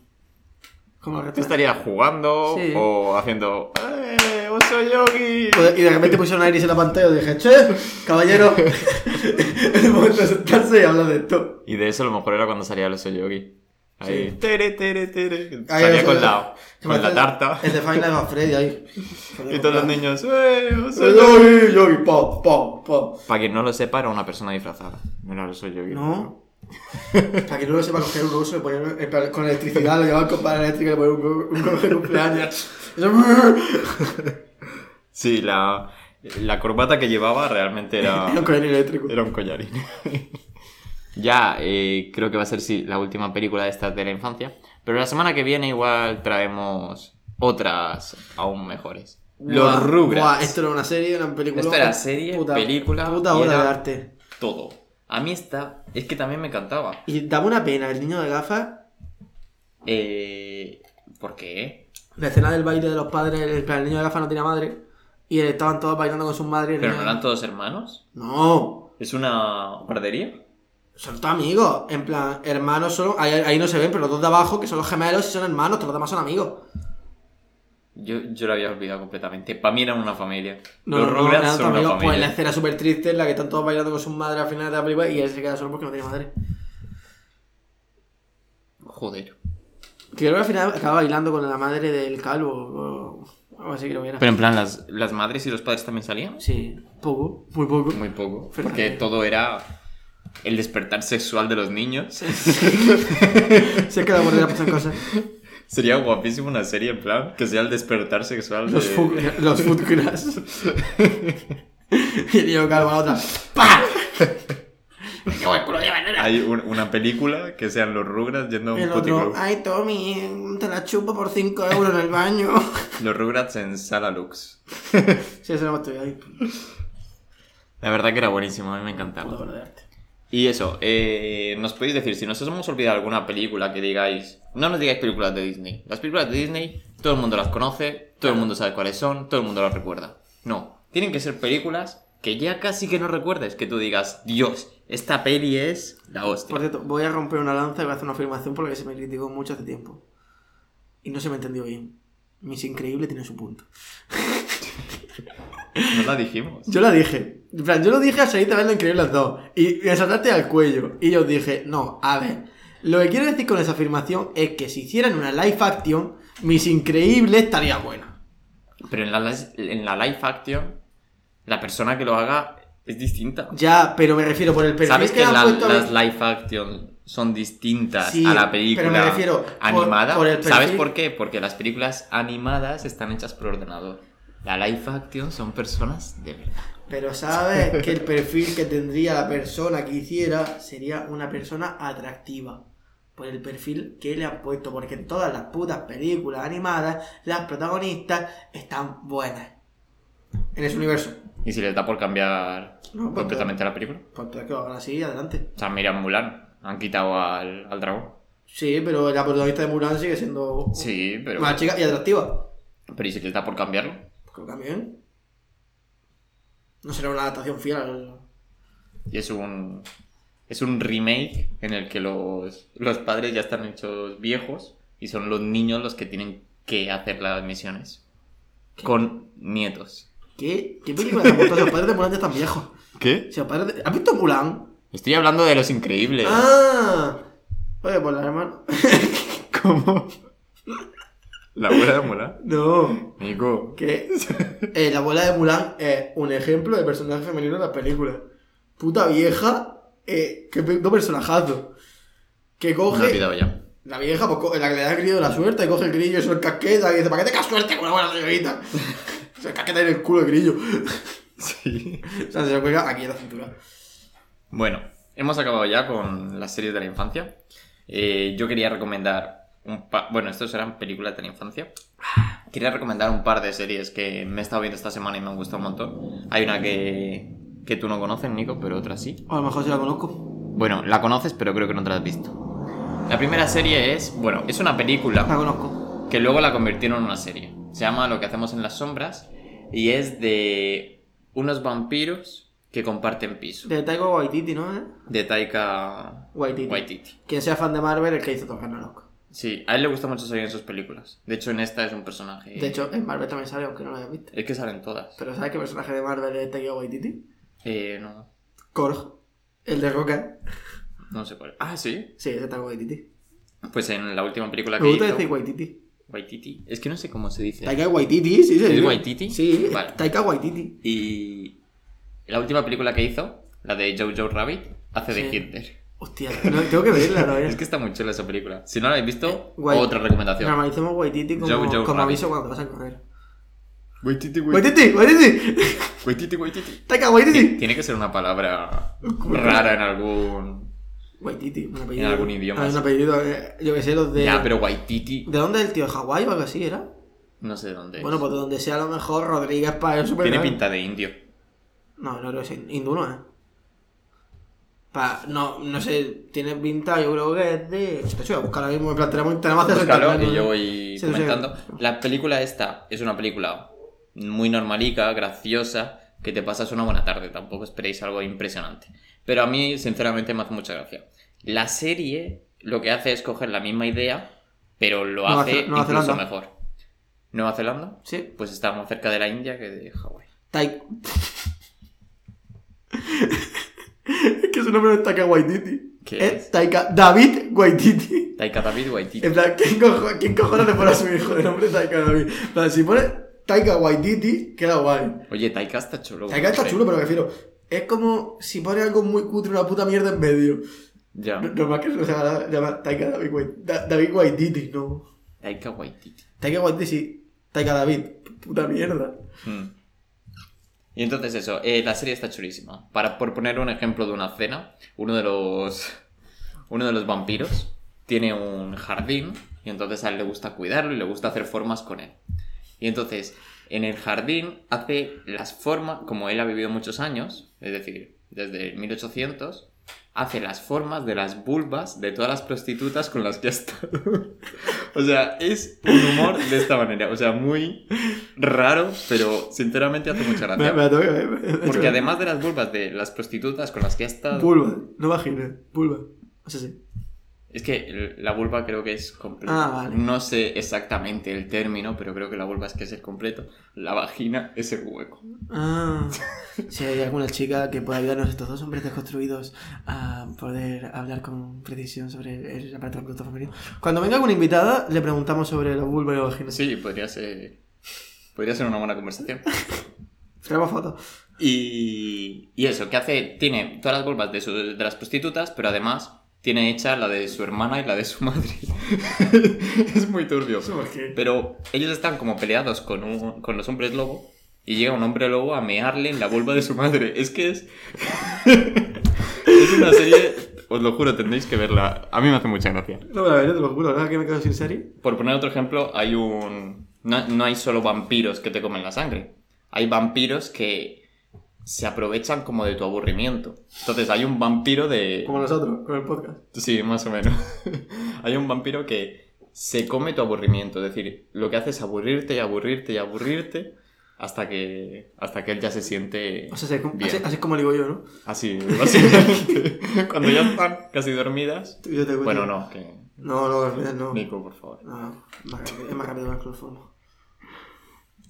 Speaker 2: Como el resto.
Speaker 1: Tú estarías jugando
Speaker 2: Sí.
Speaker 1: o haciendo. ¡Eh! ¡Vos soy Yogi!
Speaker 2: Joder, Y de repente pusieron a Iris en la pantalla y dije, che, caballero, es el momento de sentarse y hablar de esto.
Speaker 1: Y de eso a lo mejor era cuando salía el oso Yogi. Ahí.
Speaker 2: Sí.
Speaker 1: Tere, tere, tere.
Speaker 2: Ahí,
Speaker 1: Salía
Speaker 2: eso,
Speaker 1: con
Speaker 2: eso.
Speaker 1: la,
Speaker 2: Se
Speaker 1: con
Speaker 2: me
Speaker 1: la
Speaker 2: hace
Speaker 1: tarta.
Speaker 2: El de Final Nights at Freddy ahí.
Speaker 1: Y todos los niños. ¡Eh! ¡Oso Yogi!
Speaker 2: Yogi, Yogi, pop, pop, pop.
Speaker 1: Para quien no lo sepa, era una persona disfrazada. No era el oso Yogi.
Speaker 2: No. Para que no lo sepa coger un oso y ponerlo en plan, con electricidad, lo llevaban con pala eléctrica y le ponían un, go- un, go- de cumpleaños. Eso-
Speaker 1: Sí, la, la corbata que llevaba realmente era.
Speaker 2: Era un cojín eléctrico.
Speaker 1: Era un collarín. ya, eh, creo que va a ser sí, la última película de esta de la infancia. Pero la semana que viene igual traemos otras aún mejores. Los
Speaker 2: Buah,
Speaker 1: Rugrats.
Speaker 2: buah, esto era una serie, una película.
Speaker 1: Esto era serie, película,
Speaker 2: Puta
Speaker 1: y
Speaker 2: obra
Speaker 1: era-
Speaker 2: de arte.
Speaker 1: Todo. A mí esta es que también me encantaba.
Speaker 2: Y daba una pena el niño de gafas,
Speaker 1: Eh, ¿Por qué?
Speaker 2: la escena del baile de los padres, el, plan, el niño de gafas no tenía madre. Y estaban todos bailando con sus madres. y el
Speaker 1: ¿Pero
Speaker 2: niño-
Speaker 1: no eran todos hermanos?
Speaker 2: No,
Speaker 1: ¿Es una guardería?
Speaker 2: Son todos amigos, en plan, hermanos solo. Ahí, ahí no se ven, pero los dos de abajo, que son los gemelos, y son hermanos, todos los demás son amigos.
Speaker 1: Yo, yo lo había olvidado completamente. Para mí eran una familia.
Speaker 2: No,
Speaker 1: Los
Speaker 2: no, no,
Speaker 1: Rugrats
Speaker 2: eran
Speaker 1: son
Speaker 2: todos
Speaker 1: una
Speaker 2: amigos. Pues la
Speaker 1: familia.
Speaker 2: escena súper triste en la que están todos bailando con su madre al final de la película y él se queda solo porque no tiene madre.
Speaker 1: Joder.
Speaker 2: Que creo que al final acaba bailando con la madre del calvo o algo así, creo que era.
Speaker 1: Pero en plan, ¿las, las madres y los padres también salían?
Speaker 2: Sí, poco, muy poco.
Speaker 1: Muy poco.
Speaker 2: Fernando.
Speaker 1: Porque todo era el despertar sexual de los niños.
Speaker 2: Se queda por pasan cosas.
Speaker 1: Sería guapísimo una serie en plan que sea el despertar sexual de...
Speaker 2: Los, fu los food crush. y el niño calvo a la otra. ¡Pah!
Speaker 1: Hay un- una película que sean los Rugrats yendo a un
Speaker 2: El otro,
Speaker 1: puticlub.
Speaker 2: ay Tommy, te la chupo por 5 euros en el baño.
Speaker 1: Los Rugrats en Sala Lux.
Speaker 2: Sí, eso lo hemos estudiado ahí.
Speaker 1: La verdad que era buenísimo, a mí me encantaba.
Speaker 2: Puta obra de arte.
Speaker 1: Y eso, eh, nos podéis decir, si nos hemos olvidado alguna película que digáis, no nos digáis películas de Disney. Las películas de Disney, todo el mundo las conoce, todo el mundo sabe cuáles son, todo el mundo las recuerda. No, tienen que ser películas que ya casi que no recuerdes, que tú digas, Dios, esta peli es la hostia.
Speaker 2: Por cierto, voy a romper una lanza y voy a hacer una afirmación por la que se me criticó mucho hace tiempo. Y no se me entendió bien. Miss Increíble tiene su punto.
Speaker 1: No la dijimos.
Speaker 2: Yo la dije. En plan, yo lo dije a salir de ver lo increíble las dos. Y me saltaste al cuello. Y yo dije, no, a ver. Lo que quiero decir con esa afirmación es que si hicieran una live action, Miss Increíble estaría buena.
Speaker 1: Pero en la, en la live action, la persona que lo haga es distinta.
Speaker 2: Ya, pero me refiero por el perfil
Speaker 1: ¿Sabes que
Speaker 2: le han
Speaker 1: la-
Speaker 2: puesto a
Speaker 1: las
Speaker 2: Miss-
Speaker 1: live action son distintas
Speaker 2: Sí,
Speaker 1: a la
Speaker 2: pero
Speaker 1: película
Speaker 2: me refiero por-
Speaker 1: animada?
Speaker 2: por el
Speaker 1: ¿Sabes
Speaker 2: perfil-
Speaker 1: por qué? Porque las películas animadas están hechas por ordenador. La live action son personas de verdad.
Speaker 2: Pero sabes que el perfil que tendría la persona que hiciera sería una persona atractiva. Por el perfil que le han puesto. Porque en todas las putas películas animadas, las protagonistas están buenas. En ese universo.
Speaker 1: ¿Y si les da por cambiar
Speaker 2: No, porque-
Speaker 1: completamente la película?
Speaker 2: Pues entonces que lo hagan así, adelante.
Speaker 1: O sea, mira Mulan, han quitado al, al dragón.
Speaker 2: Sí, pero la protagonista de Mulan sigue siendo
Speaker 1: Sí, pero...
Speaker 2: una chica y atractiva. Pues
Speaker 1: Pero ¿y si les da por cambiarlo?
Speaker 2: Creo que también. No será una adaptación fiel al.
Speaker 1: Y es un... Es un remake en el que los, los padres ya están hechos viejos y son los niños los que tienen que hacer las misiones. Con nietos.
Speaker 2: ¿Qué? ¿Qué película te han puesto? Si los padres de Mulan ya están viejos.
Speaker 1: ¿Qué?
Speaker 2: Si los padres de- ¿Has visto Mulan?
Speaker 1: Estoy hablando de los increíbles.
Speaker 2: Ah, oye, pues la hermana.
Speaker 1: ¿Cómo? La abuela de Mulan.
Speaker 2: No,
Speaker 1: Nico.
Speaker 2: que eh, la abuela de Mulan es un ejemplo de personaje femenino en las películas. Puta vieja, eh, que pe- dos personajazos. Que
Speaker 1: No he
Speaker 2: coge.
Speaker 1: olvidado ya.
Speaker 2: la vieja, pues, co- la que le da el grillo de la suerte, coge el grillo y se lo casqueta y dice: ¿Para qué te das suerte con una buena señorita? se lo casqueta en el culo el grillo.
Speaker 1: Sí.
Speaker 2: o sea, se lo cuelga aquí en la cintura.
Speaker 1: Bueno, hemos acabado ya con las series de la infancia. Eh, yo quería recomendar un pa- Bueno, estos eran películas de la infancia. Quería recomendar un par de series que me he estado viendo esta semana y me han gustado un montón. Hay una que, que tú no conoces, Nico, pero otra sí.
Speaker 2: O a lo mejor se la conozco.
Speaker 1: Bueno, la conoces, pero creo que no te la has visto. La primera serie es, bueno, es una película
Speaker 2: La conozco.
Speaker 1: que luego la convirtieron en una serie. Se llama Lo que hacemos en las sombras y es de unos vampiros que comparten piso.
Speaker 2: De Taiko Waititi, ¿no? eh?
Speaker 1: De Taika
Speaker 2: Waititi.
Speaker 1: Waititi.
Speaker 2: Quien sea fan de Marvel, el que hizo Ragnarok.
Speaker 1: Sí, a él le gusta mucho salir en sus películas. De hecho, en esta es un personaje.
Speaker 2: De hecho, en Marvel también sale, aunque no lo hayas visto.
Speaker 1: Es que salen todas.
Speaker 2: Pero ¿sabes qué personaje de Marvel es Taika Waititi?
Speaker 1: Eh, no,
Speaker 2: Korg, el de Roca.
Speaker 1: no sé cuál. Ah, sí.
Speaker 2: Sí, es de Taika Waititi.
Speaker 1: Pues en la última película que
Speaker 2: Me gusta
Speaker 1: hizo,
Speaker 2: decir Waititi.
Speaker 1: Waititi. Es que no sé cómo se dice.
Speaker 2: Taika Waititi, sí, sí.
Speaker 1: ¿Es
Speaker 2: sí.
Speaker 1: Waititi?
Speaker 2: Sí,
Speaker 1: Vale.
Speaker 2: Taika Waititi.
Speaker 1: Y la última película que hizo, la de Jojo Rabbit, hace de
Speaker 2: Sí.
Speaker 1: Hitler.
Speaker 2: Hostia, no, tengo que verla, ¿no?
Speaker 1: Es que está muy chula esa película. Si no la habéis visto,
Speaker 2: Eh, Guay.
Speaker 1: otra recomendación.
Speaker 2: Normalicemos Waititi como,
Speaker 1: Joe- Joe Rabbit.
Speaker 2: como aviso cuando te vas a correr.
Speaker 1: Waititi,
Speaker 2: ¡Waititi! ¡Waititi!
Speaker 1: Waititi, Waititi.
Speaker 2: ¡Taika Waititi!
Speaker 1: Tiene que ser una palabra rara en algún...
Speaker 2: Waititi, un apellido.
Speaker 1: En algún idioma.
Speaker 2: Ah, es un apellido, eh, yo que sé, los de...
Speaker 1: Ya, pero Waititi...
Speaker 2: ¿De dónde es el tío? ¿De Hawái o algo así era?
Speaker 1: No sé de dónde es.
Speaker 2: Bueno, pues de donde sea a lo mejor Rodríguez para el super
Speaker 1: Tiene pinta de indio.
Speaker 2: No, no creo que sea hindú, no es. Pa- no, no sé, tiene pinta, yo creo que es de. Hostia, voy a buscar ahora mismo, en plan, tenemos, tenemos que hacer
Speaker 1: Búscalo,
Speaker 2: sentarnos,
Speaker 1: que yo
Speaker 2: ¿no?
Speaker 1: voy
Speaker 2: Sí, sí,
Speaker 1: comentando.
Speaker 2: sí.
Speaker 1: La película esta es una película muy normalica, graciosa, que te pasas una buena tarde. Tampoco esperéis algo impresionante. Pero a mí, sinceramente, me hace mucha gracia. La serie lo que hace es coger la misma idea, pero lo
Speaker 2: Nueva
Speaker 1: hace
Speaker 2: Ze- Nueva
Speaker 1: incluso
Speaker 2: Zelanda.
Speaker 1: mejor. ¿Nueva Zelanda?
Speaker 2: Sí.
Speaker 1: Pues está más cerca de la India que de Hawái.
Speaker 2: Tai- es que su nombre no es Taika Waititi.
Speaker 1: ¿Qué
Speaker 2: Es
Speaker 1: es?
Speaker 2: Taika David Waititi.
Speaker 1: Taika David Waititi.
Speaker 2: En plan, ¿quién, cojo- quién cojones le pone a su hijo de nombre Taika David? En plan, si pone Taika Waititi, queda guay.
Speaker 1: Oye, Taika está chulo.
Speaker 2: Taika está
Speaker 1: hombre.
Speaker 2: chulo, pero me refiero. Es como si pone algo muy cutre, una puta mierda en medio.
Speaker 1: Ya.
Speaker 2: No, no, más que se llama, llama Taika David, Wait, Da- David Waititi, no.
Speaker 1: Taika Waititi.
Speaker 2: Taika Waititi, sí. Taika David, puta mierda.
Speaker 1: Mm. Y entonces eso, eh, la serie está chulísima. Para, por poner un ejemplo de una cena, uno de los. Uno de los vampiros tiene un jardín. Y entonces a él le gusta cuidarlo y le gusta hacer formas con él. Y entonces, en el jardín hace las formas, como él ha vivido muchos años, es decir, desde 1800, hace las formas de las vulvas de todas las prostitutas con las que ha estado. o sea, es un humor de esta manera, o sea, muy raro, pero sinceramente hace mucha
Speaker 2: Me,
Speaker 1: gracia.
Speaker 2: me la tengo que ver, me- me la tengo que
Speaker 1: Porque
Speaker 2: ver.
Speaker 1: además de las vulvas de las prostitutas con las que ha estado,
Speaker 2: Vulva, no vagina, vulva. O sea, sí.
Speaker 1: es que el- la vulva creo que es completa.
Speaker 2: Ah, vale.
Speaker 1: No sé exactamente el término, pero creo que la vulva es que es el completo. La vagina es el hueco.
Speaker 2: Ah. Si hay alguna chica que pueda ayudarnos estos dos hombres desconstruidos a poder hablar con precisión sobre el, el aparato reproductor femenino. Cuando venga alguna invitada, le preguntamos sobre la vulva y la vagina.
Speaker 1: Sí, podría ser, podría ser una buena conversación.
Speaker 2: Traemos fotos.
Speaker 1: Y, y eso, que hace, tiene todas las vulvas de, su- de las prostitutas, pero además tiene hecha la de su hermana y la de su madre. es muy turbio. Pero ellos están como peleados con, un- con los hombres lobo y llega un hombre lobo a mearle en la vulva de su madre. Es que es... es una serie... Os lo juro, tendréis que verla. A mí me hace mucha gracia.
Speaker 2: No me la veré, te lo juro, ¿verdad? Que me quedo sin serie.
Speaker 1: Por poner otro ejemplo, hay un. No, no hay solo vampiros que te comen la sangre. Hay vampiros que se aprovechan como de tu aburrimiento. Entonces hay un vampiro de.
Speaker 2: Como nosotros, con el podcast.
Speaker 1: Sí, más o menos. hay un vampiro que se come tu aburrimiento. Es decir, lo que hace es aburrirte y aburrirte y aburrirte hasta que. hasta que él ya se siente.
Speaker 2: O sea, sí, como-
Speaker 1: Bien.
Speaker 2: así, así es como digo yo, ¿no?
Speaker 1: Así, básicamente. Cuando ya están casi dormidas.
Speaker 2: Tú y yo te cuento.
Speaker 1: Bueno, no, que.
Speaker 2: No, no, al final no.
Speaker 1: Nico, por favor.
Speaker 2: No, más rápido, es más rápido más cloroformo.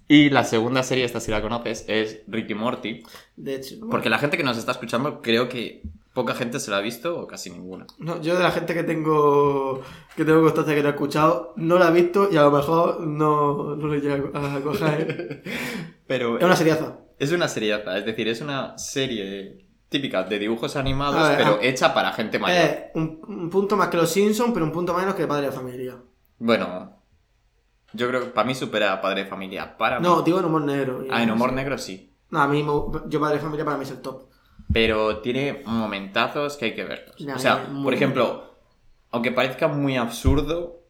Speaker 1: Y la segunda serie, esta si la conoces, es Ricky Morty.
Speaker 2: De hecho, bueno,
Speaker 1: Porque la gente que nos está escuchando, creo que poca gente se la ha visto o casi ninguna.
Speaker 2: no, yo de la gente que tengo que tengo constancia que lo he escuchado, no la he visto y a lo mejor no, no le llega a coger. ¿eh?
Speaker 1: Pero
Speaker 2: es una seriaza.
Speaker 1: es una serie, es decir, es una serie típica de dibujos animados,
Speaker 2: A ver,
Speaker 1: pero
Speaker 2: a-
Speaker 1: hecha para gente mayor.
Speaker 2: Es un, un punto más que los Simpsons, pero un punto menos que Padre de Familia.
Speaker 1: Bueno, yo creo que para mí supera a Padre de Familia. Para
Speaker 2: No,
Speaker 1: mí.
Speaker 2: digo en humor negro.
Speaker 1: Ah, en humor negro sí.
Speaker 2: No, a mí, me- yo Padre de Familia para mí es el top.
Speaker 1: Pero tiene momentazos que hay que verlos.
Speaker 2: Ya,
Speaker 1: o sea,
Speaker 2: ya, muy
Speaker 1: por ejemplo, aunque parezca muy absurdo,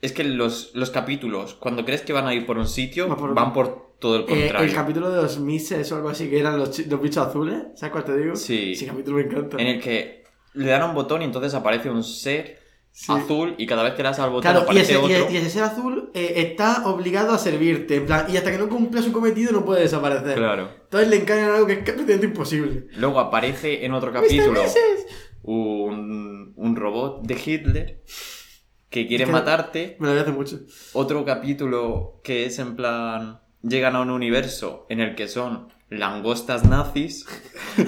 Speaker 1: es que los, los capítulos, cuando crees que van a ir por un sitio,
Speaker 2: Va por-
Speaker 1: van por todo el
Speaker 2: Eh,
Speaker 1: contrario.
Speaker 2: el capítulo de los Mises o algo así, que eran los, chi- los bichos azules, ¿sabes cuál te digo?
Speaker 1: Sí.
Speaker 2: Ese capítulo me encanta.
Speaker 1: en el que le dan a un botón y entonces aparece un ser
Speaker 2: Sí.
Speaker 1: azul y cada vez que le das al botón
Speaker 2: Claro, y
Speaker 1: aparece
Speaker 2: ese, y,
Speaker 1: otro.
Speaker 2: y ese ser azul eh, está obligado a servirte, en plan, y hasta que no cumpla su cometido no puede desaparecer.
Speaker 1: Claro.
Speaker 2: Entonces le encargan algo que es prácticamente imposible.
Speaker 1: Luego aparece en otro
Speaker 2: ¡Mister
Speaker 1: capítulo
Speaker 2: Mises!
Speaker 1: un, un robot de Hitler que quiere
Speaker 2: Es que-
Speaker 1: matarte.
Speaker 2: Me lo vi hace mucho.
Speaker 1: Otro capítulo que es en plan... Llegan a un universo en el que son langostas nazis.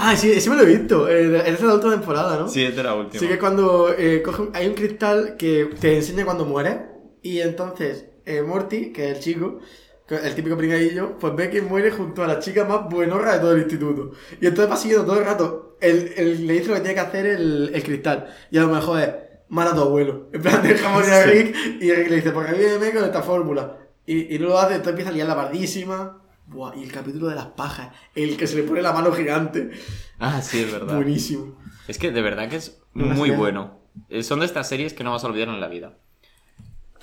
Speaker 2: Ah, sí, sí me lo he visto. eh, esa es la última temporada, ¿no?
Speaker 1: Sí, este es de la última.
Speaker 2: Sí que cuando eh, coge un- hay un cristal que te enseña cuando mueres y entonces eh, Morty, que es el chico, que es el típico pringadillo, pues ve que muere junto a la chica más buenorra de todo el instituto. Y entonces va siguiendo todo el rato, el, el- le dice lo que tiene que hacer el, el cristal. Y a lo mejor es, mata a tu abuelo. En plan, deja morir a
Speaker 1: Sí.
Speaker 2: Rick y Rick le dice, pues revíveme con esta fórmula. Y, y no lo hace, entonces empieza a liar la pardísima. Buah, y el capítulo de las pajas, el que se le pone la mano gigante.
Speaker 1: Ah, sí, es verdad.
Speaker 2: Buenísimo.
Speaker 1: Es que de verdad que es
Speaker 2: No me
Speaker 1: muy
Speaker 2: suena.
Speaker 1: bueno. Eh, Son de estas series que no vas a olvidar en la vida.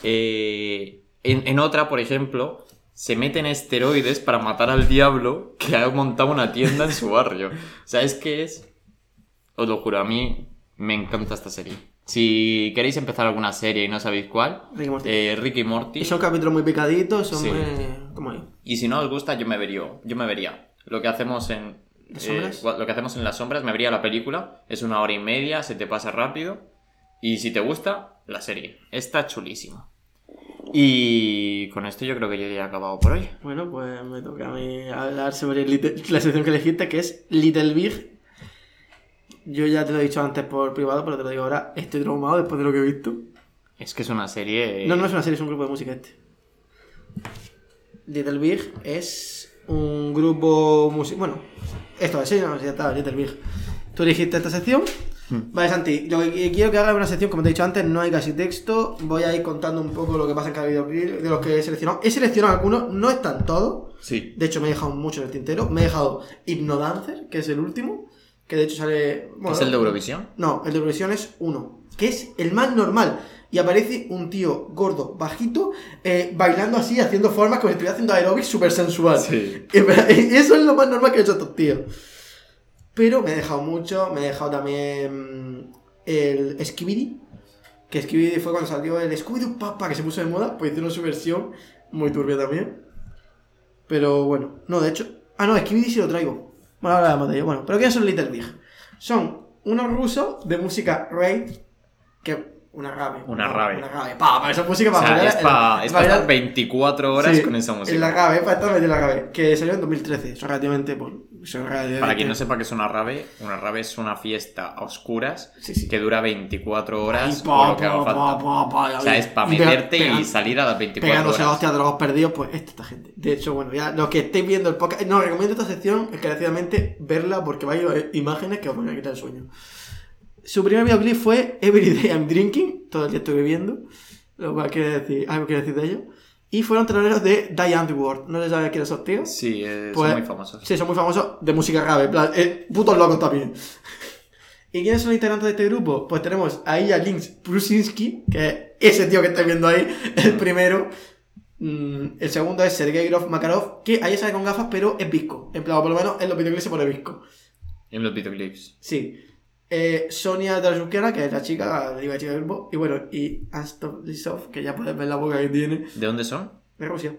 Speaker 1: Eh, en, en otra, por ejemplo, se meten esteroides para matar al diablo que ha montado una tienda en su barrio. O sea, es que es... Os lo juro, a mí me encanta esta serie. Si queréis empezar alguna serie y no sabéis cuál,
Speaker 2: Rick y Morty.
Speaker 1: eh, Rick y Morty.
Speaker 2: Y son capítulos muy picaditos, son
Speaker 1: Sí.
Speaker 2: muy... ¿Cómo es?
Speaker 1: Y si no os gusta, yo me vería. Yo me vería. Lo que hacemos en.
Speaker 2: ¿Las
Speaker 1: eh,
Speaker 2: sombras?
Speaker 1: gua- lo que hacemos en las sombras, me vería la película. Es una hora y media, se te pasa rápido. Y si te gusta, la serie. Está chulísima. Y con esto yo creo que yo ya he acabado por hoy.
Speaker 2: Bueno, pues me toca a mí hablar sobre Little- la sección que elegiste, que es Little Big. Yo ya te lo he dicho antes por privado, pero te lo digo ahora. Estoy traumado después de lo que he visto.
Speaker 1: Es que es una serie. eh,
Speaker 2: No, no es una serie, es un grupo de música este. Little Big es un grupo musical. Bueno, esto es, sí, no, ya está, Little Big. Tú dijiste esta sección.
Speaker 1: Hmm.
Speaker 2: Vale, Santi, lo que quiero que haga es una sección, como te he dicho antes, no hay casi texto. Voy a ir contando un poco lo que pasa en cada videoclip de los que he seleccionado. He seleccionado algunos, no están todos.
Speaker 1: Sí.
Speaker 2: De hecho, me he dejado mucho en el tintero. Me he dejado Hypnodancer, que es el último. que de hecho sale... bueno,
Speaker 1: ¿Es el de Eurovisión?
Speaker 2: No, el de Eurovisión es uno, que es el más normal. Y aparece un tío gordo, bajito, eh, bailando así, haciendo formas, como si estuviera haciendo aeróbics súper sensual.
Speaker 1: Sí.
Speaker 2: Y me- y Eso es lo más normal que he hecho estos tíos. Pero me he dejado mucho, me he dejado también mm, el Skibidi, que Skibidi fue cuando salió el Scooby-Doo Papa, que se puso de moda, pues hicieron su versión muy turbia también. Pero bueno, no, de hecho... Ah, no, Skibidi sí lo traigo. Bueno, ahora hablamos de ello. Bueno, pero ¿qué son Little Big? Son unos rusos de música rave, que... Una rave.
Speaker 1: Una rave.
Speaker 2: Una rave. Pa, pa, esa música
Speaker 1: O
Speaker 2: para
Speaker 1: sea,
Speaker 2: bailar
Speaker 1: es
Speaker 2: en-
Speaker 1: para
Speaker 2: bailar-
Speaker 1: estar 24 horas
Speaker 2: Sí,
Speaker 1: con esa música.
Speaker 2: En la cabe, para estar metido en la cabe. Que salió en 2013, eso relativamente. Pues, eso relativamente-
Speaker 1: Para quien no sepa qué es una rave, una rave es una fiesta a oscuras
Speaker 2: Sí, sí.
Speaker 1: que dura 24
Speaker 2: Ahí,
Speaker 1: horas o
Speaker 2: pa,
Speaker 1: lo que haga
Speaker 2: pa,
Speaker 1: falta.
Speaker 2: pa, pa, pa, ya
Speaker 1: o sea,
Speaker 2: ves.
Speaker 1: es para
Speaker 2: Y pega-
Speaker 1: meterte
Speaker 2: pega-
Speaker 1: y salir a las 24
Speaker 2: Pegándose a
Speaker 1: horas.
Speaker 2: hostias de los perdidos, pues esta, esta gente. De hecho, bueno, ya los que estéis viendo el podcast. No, os recomiendo esta sección encarecidamente verla porque vais a ver imágenes que os van a quitar el sueño. Su primer videoclip fue Every Day I'm Drinking, todo el día estoy bebiendo. Lo cual quiere decir, algo quiere decir de ello. Y fueron teloneros de Die Antwoord. No sé si sabéis quiénes son, tíos.
Speaker 1: Sí, es
Speaker 2: Pues-
Speaker 1: muy famoso.
Speaker 2: Sí, son muy famosos de música grave, en plan, eh, putos locos también. ¿Y quiénes son los integrantes de este grupo? Pues tenemos a ella Links Prusinski, que es ese tío que estáis viendo ahí, el primero. Mm, el segundo es Sergei Grof Makarov, que ahí sale con gafas, pero es visco. En plan, por lo menos en los videoclips se pone visco.
Speaker 1: En los videoclips.
Speaker 2: Sí. Eh, Sonia Drasukera, que es la chica, la diva chica del grupo. Y bueno, y Anton Lisov, que ya puedes ver la boca que tiene
Speaker 1: ¿De dónde son?
Speaker 2: de Rusia.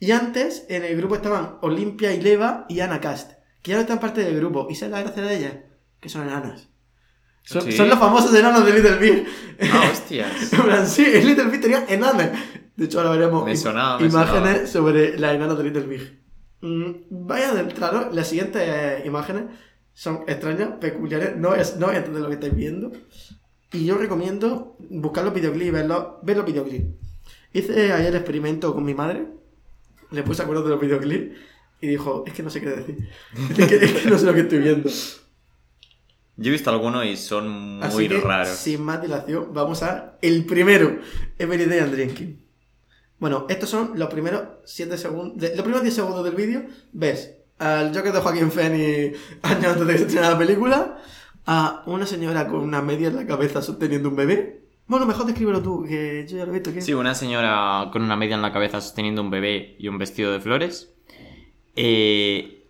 Speaker 2: Y antes en el grupo estaban Olimpia Ileva y Ana Cast, que ya no están parte del grupo. ¿Y sabes la gracia de ellas? Que son enanas. Son,
Speaker 1: Sí.
Speaker 2: son los famosos enanos de Little Big.
Speaker 1: Ah, hostias.
Speaker 2: En plan, sí, en Little Big tenía enanas. De hecho, ahora veremos
Speaker 1: Me
Speaker 2: im-
Speaker 1: sonaba, me
Speaker 2: imágenes sobre las enanas de Little Big. Mm, vaya adentraros, las siguientes eh, imágenes son extrañas, peculiares, no, es, no voy a entender lo que estáis viendo. Y yo recomiendo buscar los videoclips y verlos, ver los videoclips. Hice ayer el experimento con mi madre, le puse acuerdo de los videoclips y dijo, es que no sé qué decir, es que, es que no sé lo que estoy viendo.
Speaker 1: Yo he visto algunos y son muy
Speaker 2: Así ¿Ah, que,
Speaker 1: raros.
Speaker 2: sin más dilación, vamos a el primero, Every Day and Drinking. Bueno, estos son los primeros 7 segundos, de- los primeros 10 segundos del vídeo, ves al Joker de Joaquín Phoenix años antes de que se estrenara la película, a una señora con una media en la cabeza sosteniendo un bebé. Bueno, mejor descríbelo tú, que yo ya lo he visto. ¿qué?
Speaker 1: Sí, una señora con una media en la cabeza sosteniendo un bebé y un vestido de flores. Eh,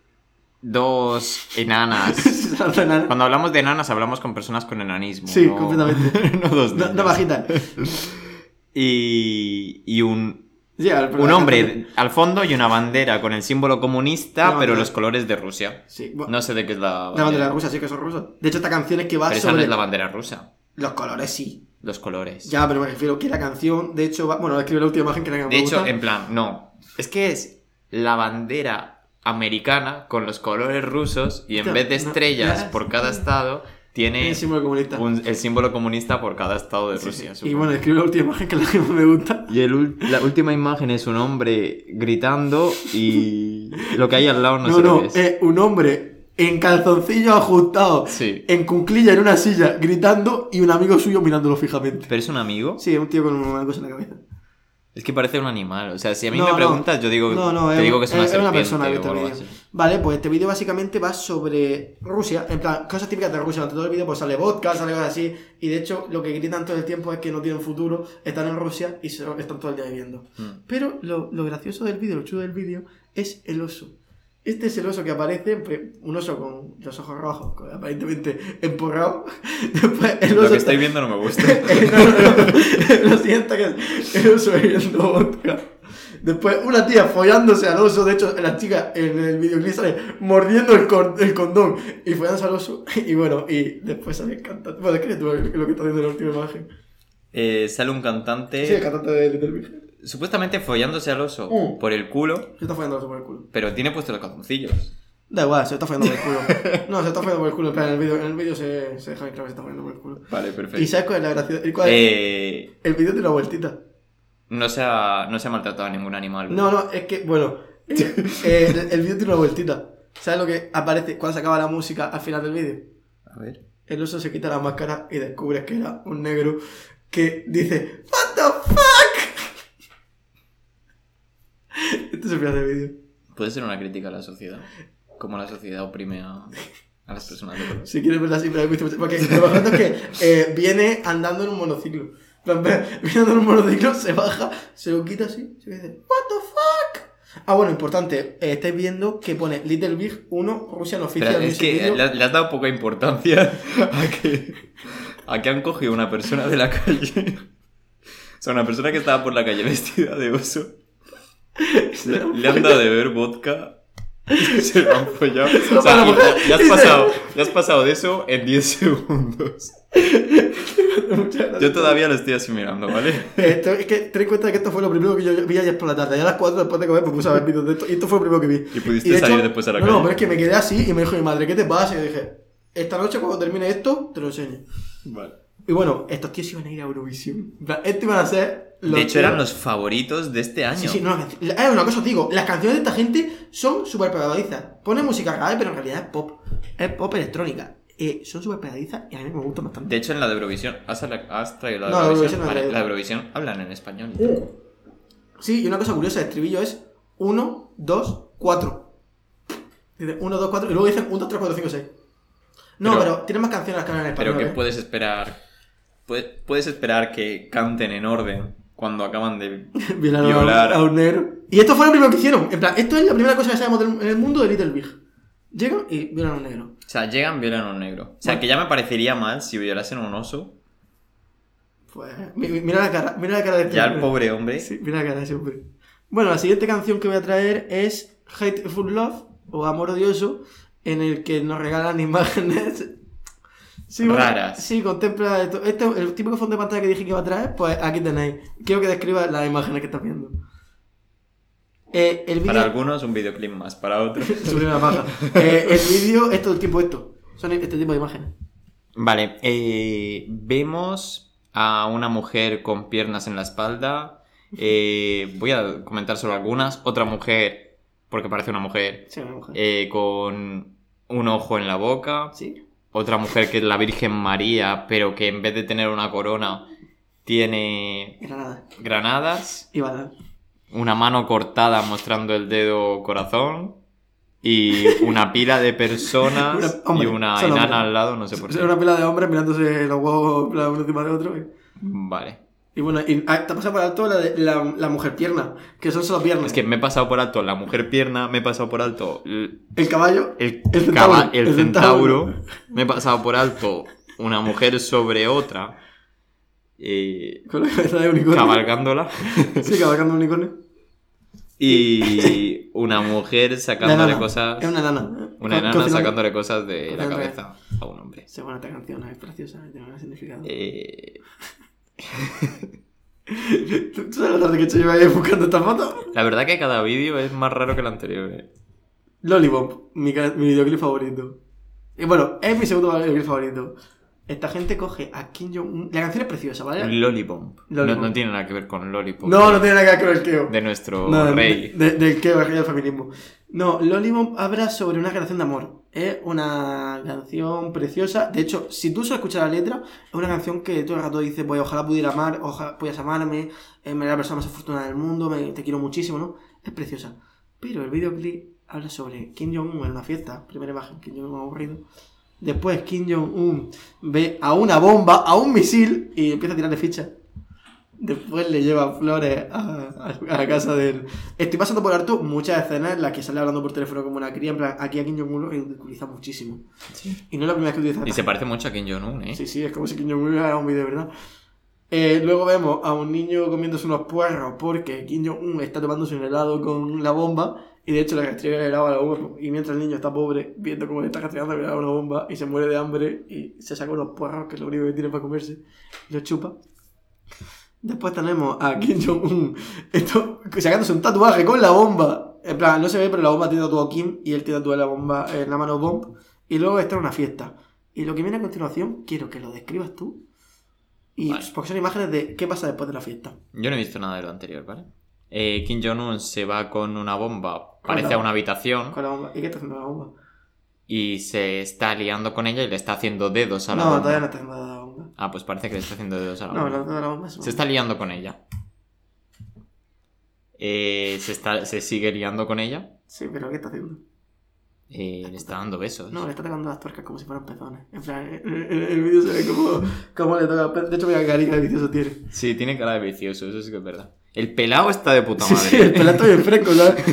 Speaker 1: dos enanas.
Speaker 2: Sí, se lanza nada.
Speaker 1: Cuando hablamos de enanas hablamos con personas con enanismo.
Speaker 2: Sí,
Speaker 1: no-
Speaker 2: completamente.
Speaker 1: no dos
Speaker 2: No,
Speaker 1: niños.
Speaker 2: no bajita.
Speaker 1: Y, y un,
Speaker 2: Llega el
Speaker 1: un
Speaker 2: programa.
Speaker 1: hombre al fondo y una bandera con el símbolo comunista,
Speaker 2: La
Speaker 1: pero
Speaker 2: bandera.
Speaker 1: los colores de Rusia.
Speaker 2: Sí, bueno,
Speaker 1: No sé de qué es la bandera.
Speaker 2: la bandera rusa, sí que son rusos. De hecho, esta canción es que va
Speaker 1: Pero esa no
Speaker 2: sobre
Speaker 1: es la bandera rusa.
Speaker 2: los colores, sí.
Speaker 1: Los colores.
Speaker 2: Ya, pero me refiero que la canción, de hecho, va... bueno, escribe la última imagen que era la que
Speaker 1: De
Speaker 2: me
Speaker 1: hecho,
Speaker 2: gusta.
Speaker 1: en plan, no. Es que es la bandera americana con los colores rusos y en
Speaker 2: Hostia,
Speaker 1: vez de
Speaker 2: no,
Speaker 1: estrellas
Speaker 2: ya
Speaker 1: por cada estado, tiene
Speaker 2: el símbolo comunista.
Speaker 1: un- pues el símbolo comunista por cada estado de Rusia.
Speaker 2: y
Speaker 1: supongo.
Speaker 2: bueno, escribe la última imagen que es la que más me gusta.
Speaker 1: Y el ul- la última imagen es un hombre gritando y lo que hay al lado no,
Speaker 2: No,
Speaker 1: sé lo
Speaker 2: no,
Speaker 1: que es.
Speaker 2: eh, un hombre en calzoncillo ajustado,
Speaker 1: Sí.
Speaker 2: en cunclilla en una silla, gritando y un amigo suyo mirándolo fijamente.
Speaker 1: ¿Pero es un amigo?
Speaker 2: Sí, es un tío con una cosa en la cabeza.
Speaker 1: Es que parece un animal. O sea, si a mí
Speaker 2: No,
Speaker 1: me
Speaker 2: no.
Speaker 1: preguntas, yo digo,
Speaker 2: No, no,
Speaker 1: te
Speaker 2: es-
Speaker 1: digo que es una
Speaker 2: es
Speaker 1: serpiente
Speaker 2: persona que
Speaker 1: o
Speaker 2: está
Speaker 1: algo
Speaker 2: en el
Speaker 1: así.
Speaker 2: vídeo. Vale, pues este vídeo básicamente va sobre Rusia, en plan, cosas típicas de Rusia. Durante todo el vídeo pues sale vodka, sale cosas así, y de hecho lo que gritan todo el tiempo es que no tienen futuro, están en Rusia y se lo- están todo el día viviendo.
Speaker 1: Mm.
Speaker 2: Pero lo, lo gracioso del vídeo, lo chulo del vídeo, es el oso. Este es el oso que aparece, pues, un oso con los ojos rojos, con- aparentemente emporrado. Después el
Speaker 1: Lo
Speaker 2: oso
Speaker 1: que
Speaker 2: está-
Speaker 1: estoy viendo no me gusta.
Speaker 2: Eh, no, no, no. Lo siento que es el oso bebiendo vodka. Después una tía follándose al oso, de hecho la chica en el videoclip sale mordiendo el, cor- el condón y follándose al oso y bueno, y después sale el cantante. Bueno, es que tú ves lo que está haciendo en la última imagen.
Speaker 1: Eh, sale un cantante
Speaker 2: Sí, el cantante de Little Big.
Speaker 1: supuestamente follándose al oso
Speaker 2: Mm.
Speaker 1: por el culo,
Speaker 2: Se está follando al oso por el culo.
Speaker 1: pero tiene puestos los calzoncillos.
Speaker 2: Da igual, se está follando por el culo. No, se está follando por el culo, en plan, en el vídeo, en el vídeo se, se deja bien claro que se está follando por el culo.
Speaker 1: Vale,
Speaker 2: ¿Y sabes cuál es la gracia? ¿Cuál es?
Speaker 1: Eh,
Speaker 2: El vídeo de una vueltita.
Speaker 1: no, se ha, no se ha maltratado a ningún animal.
Speaker 2: No, no, es que, bueno, eh, eh, el, el vídeo tiene una vueltita. ¿Sabes lo que aparece cuando se acaba la música al final del vídeo?
Speaker 1: A ver.
Speaker 2: El oso se quita la máscara y descubres que era un negro que dice ¿What the fuck? Este es el final del vídeo.
Speaker 1: Puede ser una crítica a la sociedad. Como la sociedad oprime a, a las personas de color.
Speaker 2: Si quieres verla así, pero he visto mucho- Porque lo más grande es que eh, viene andando en un monociclo. En plan, Viene andando en un monociclo, se baja, se lo quita así, se dice, ¿What the fuck? Ah, bueno, importante, eh, estáis viendo que pone Little Big 1 Russian
Speaker 1: Pero
Speaker 2: Official
Speaker 1: es
Speaker 2: Music
Speaker 1: que
Speaker 2: Video.
Speaker 1: le, has- le has dado poca importancia a que, a que han cogido una persona de la calle. O sea, una persona que estaba por la calle vestida de oso. Le, le han dado de beber vodka. Se lo han follado. O sea,
Speaker 2: para
Speaker 1: y
Speaker 2: mujer,
Speaker 1: le- le has
Speaker 2: dice-
Speaker 1: pasado, le has pasado de eso en 10 segundos.
Speaker 2: Muchas gracias. Eh,
Speaker 1: Yo todavía lo estoy asimilando, ¿vale?
Speaker 2: Esto- es que ten en cuenta que esto fue lo primero que yo vi ayer por la tarde. Ya a las 4 después de comer me puse a ver vídeos de esto. Y esto fue lo primero que vi.
Speaker 1: Y pudiste
Speaker 2: de
Speaker 1: salir después a la
Speaker 2: no,
Speaker 1: calle.
Speaker 2: No, pero es que me quedé así y me dijo mi madre, ¿qué te pasa? Y yo dije, esta noche cuando termine esto, te lo enseño.
Speaker 1: Vale.
Speaker 2: Y bueno, estos tíos iban a ir a Eurovisión. En plan, Estos iban a ser
Speaker 1: De hecho, eran
Speaker 2: tíos-
Speaker 1: los favoritos de este año.
Speaker 2: Sí, sí, no, las canci- la- eh, una cosa os digo, las canciones de esta gente son súper pegadizas. Pone música grave, pero en realidad es pop. Es pop electrónica. Eh, son súper pegadizas y a mí me gustan bastante.
Speaker 1: De hecho, en la de Eurovisión, ¿has, has traído la de
Speaker 2: No, la
Speaker 1: Eurovisión?
Speaker 2: de Eurovisión no la he
Speaker 1: Vale,
Speaker 2: traído.
Speaker 1: la de Eurovisión hablan en español. y tal.
Speaker 2: Sí, y una cosa curiosa, el estribillo es 1, 2, 4. Dice 1, 2, 4 y luego dicen 1, 2, 3, 4, 5, 6. No, pero,
Speaker 1: Pero-
Speaker 2: tiene más canciones las que hablan en español.
Speaker 1: Pero que
Speaker 2: ¿eh?
Speaker 1: puedes esperar. pue- Puedes esperar que canten en orden cuando acaban de
Speaker 2: Violaron a un-
Speaker 1: violar.
Speaker 2: a un negro. Y esto fue lo primero que hicieron. En plan, esto es la primera cosa que sabemos del- en el mundo de Little Big. Llegan y violan a un negro.
Speaker 1: O sea, llegan, violan a un negro. O sea, que ya me parecería mal si violasen a un oso.
Speaker 2: Pues, mi- mi- mira la cara, mira la cara de este
Speaker 1: Ya el
Speaker 2: hombre.
Speaker 1: pobre hombre.
Speaker 2: Sí, mira la cara de ese hombre. Bueno, la siguiente canción que voy a traer es Hateful Love o Amor Odioso, en el que nos regalan imágenes sí, bueno,
Speaker 1: Raras.
Speaker 2: sí, contempla esto. Este, el típico fondo de pantalla que dije que iba a traer, pues aquí tenéis. Quiero que describa las imágenes que estás viendo. Eh, el
Speaker 1: Para
Speaker 2: vídeo.
Speaker 1: algunos, un videoclip más. Para otros.
Speaker 2: Subir una paja. Eh, el vídeo es todo el tiempo esto. Son este tipo de imágenes.
Speaker 1: Vale, eh, vemos a una mujer con piernas en la espalda. Eh, voy a comentar solo algunas. Otra mujer, porque parece una mujer,
Speaker 2: Sí, una mujer.
Speaker 1: eh, con un ojo en la boca.
Speaker 2: Sí.
Speaker 1: Otra mujer que es la Virgen María, pero que en vez de tener una corona, tiene
Speaker 2: Era nada.
Speaker 1: granadas.
Speaker 2: Y va a dar.
Speaker 1: Una mano cortada mostrando el dedo corazón. Y una pila de personas
Speaker 2: Una-
Speaker 1: y
Speaker 2: hombre,
Speaker 1: una
Speaker 2: solo
Speaker 1: enana
Speaker 2: hombre.
Speaker 1: al lado, no sé por qué.
Speaker 2: Era una pila de hombres mirándose los huevos en plan, uno encima de otro. eh.
Speaker 1: Vale.
Speaker 2: Y bueno, y, ah, te pasa por alto la, de- la, la mujer pierna, que son solo piernas.
Speaker 1: Es que me he pasado por alto la mujer pierna, me he pasado por alto l-
Speaker 2: El caballo.
Speaker 1: el,
Speaker 2: El
Speaker 1: caba-
Speaker 2: centauro,
Speaker 1: el
Speaker 2: el
Speaker 1: centauro,
Speaker 2: centauro.
Speaker 1: me he pasado por alto una mujer sobre otra, eh,
Speaker 2: Con la cabeza de unicornio.
Speaker 1: cabalgándola,
Speaker 2: Sí, cabalgando un unicornio.
Speaker 1: y una mujer
Speaker 2: La
Speaker 1: sacándole
Speaker 2: enana.
Speaker 1: cosas,
Speaker 2: Es una enana.
Speaker 1: una
Speaker 2: Co-
Speaker 1: enana
Speaker 2: cocinando.
Speaker 1: sacándole cosas de la
Speaker 2: cocinando.
Speaker 1: cabeza a un hombre.
Speaker 2: Sí, bueno, esta canción es preciosa, tiene un significado.
Speaker 1: Eh,
Speaker 2: ¿Tú tú sabes la tarde que yo llevo ahí buscando esta foto?
Speaker 1: la verdad que cada vídeo es más raro que el anterior. eh.
Speaker 2: Lollipop, mi, ca- mi videoclip favorito. Y bueno, es mi segundo videoclip favorito. Esta gente coge a Kim Jong-un. La canción es preciosa, ¿vale?
Speaker 1: Lollipop. No,
Speaker 2: Lollipop.
Speaker 1: no tiene nada que ver con Lollipop.
Speaker 2: No, no tiene nada que ver con el Keo.
Speaker 1: De nuestro
Speaker 2: No, de-
Speaker 1: rey.
Speaker 2: de- del que va el feminismo. No, Lollipop habla sobre una canción de amor. Es una canción preciosa. De hecho, si tú solo escuchas la letra, es una canción que todo el rato dices, "Voy, ojalá pudiera amar, ojalá pudieras amarme, eh, me eres la persona más afortunada del mundo, me- te quiero muchísimo, ¿no? Es preciosa. Pero el videoclip habla sobre Kim Jong-un en una fiesta. Primera imagen, Kim Jong-un aburrido. Después Kim Jong-un ve a una bomba, a un misil, y empieza a tirarle fichas. Después le lleva flores a, a la casa de él. Estoy pasando por harto muchas escenas en las que sale hablando por teléfono como una cría. En plan, aquí a Kim Jong-un lo ridiculiza muchísimo. Y no es la primera vez que utiliza.
Speaker 1: Y se parece mucho a Kim Jong-un, ¿eh?
Speaker 2: Sí, sí, es como si Kim Jong-un hubiera grabado un vídeo, ¿verdad? Eh, luego vemos a un niño comiéndose unos puerros porque Kim Jong-un está tomándose un helado con la bomba y de hecho le castiga el helado a la bomba. Y mientras el niño está pobre, viendo cómo le está castigando el helado a una bomba y se muere de hambre y se saca unos puerros, que es lo único que tiene para comerse, y los chupa. Después tenemos a Kim Jong-un esto- sacándose un tatuaje con la bomba. En plan, no se ve, pero la bomba tiene tatuado a Kim y él tiene tatuada la bomba en la mano bomb. Y luego está en una fiesta. Y lo que viene a continuación, quiero que lo describas tú. Y
Speaker 1: Vale.
Speaker 2: porque son imágenes de qué pasa después de la fiesta.
Speaker 1: Yo no he visto nada de lo anterior, ¿vale? Eh, Kim Jong-un se va con una bomba, parece
Speaker 2: Hola.
Speaker 1: a una habitación,
Speaker 2: Con la bomba. ¿Y qué está haciendo la bomba?
Speaker 1: y se está liando con ella y le está haciendo dedos a la
Speaker 2: no,
Speaker 1: bomba.
Speaker 2: todavía no está haciendo la bomba.
Speaker 1: Ah, pues parece que le está haciendo dedos a la
Speaker 2: No,
Speaker 1: bomba.
Speaker 2: la, la, la bomba es una-
Speaker 1: Se está liando con ella. Eh, se, está, se sigue liando con ella.
Speaker 2: Sí, pero ¿qué está haciendo?
Speaker 1: Eh, le está dando besos.
Speaker 2: No, le está tocando las tuercas como si fueran pezones. En plan, el, el- el vídeo se ve como, como le toca. De hecho, mira qué carica de vicioso tiene.
Speaker 1: Sí, tiene cara de vicioso, eso sí que es verdad. El pelado está de puta
Speaker 2: Sí,
Speaker 1: madre.
Speaker 2: sí, el pelato bien fresco, ¿sabes?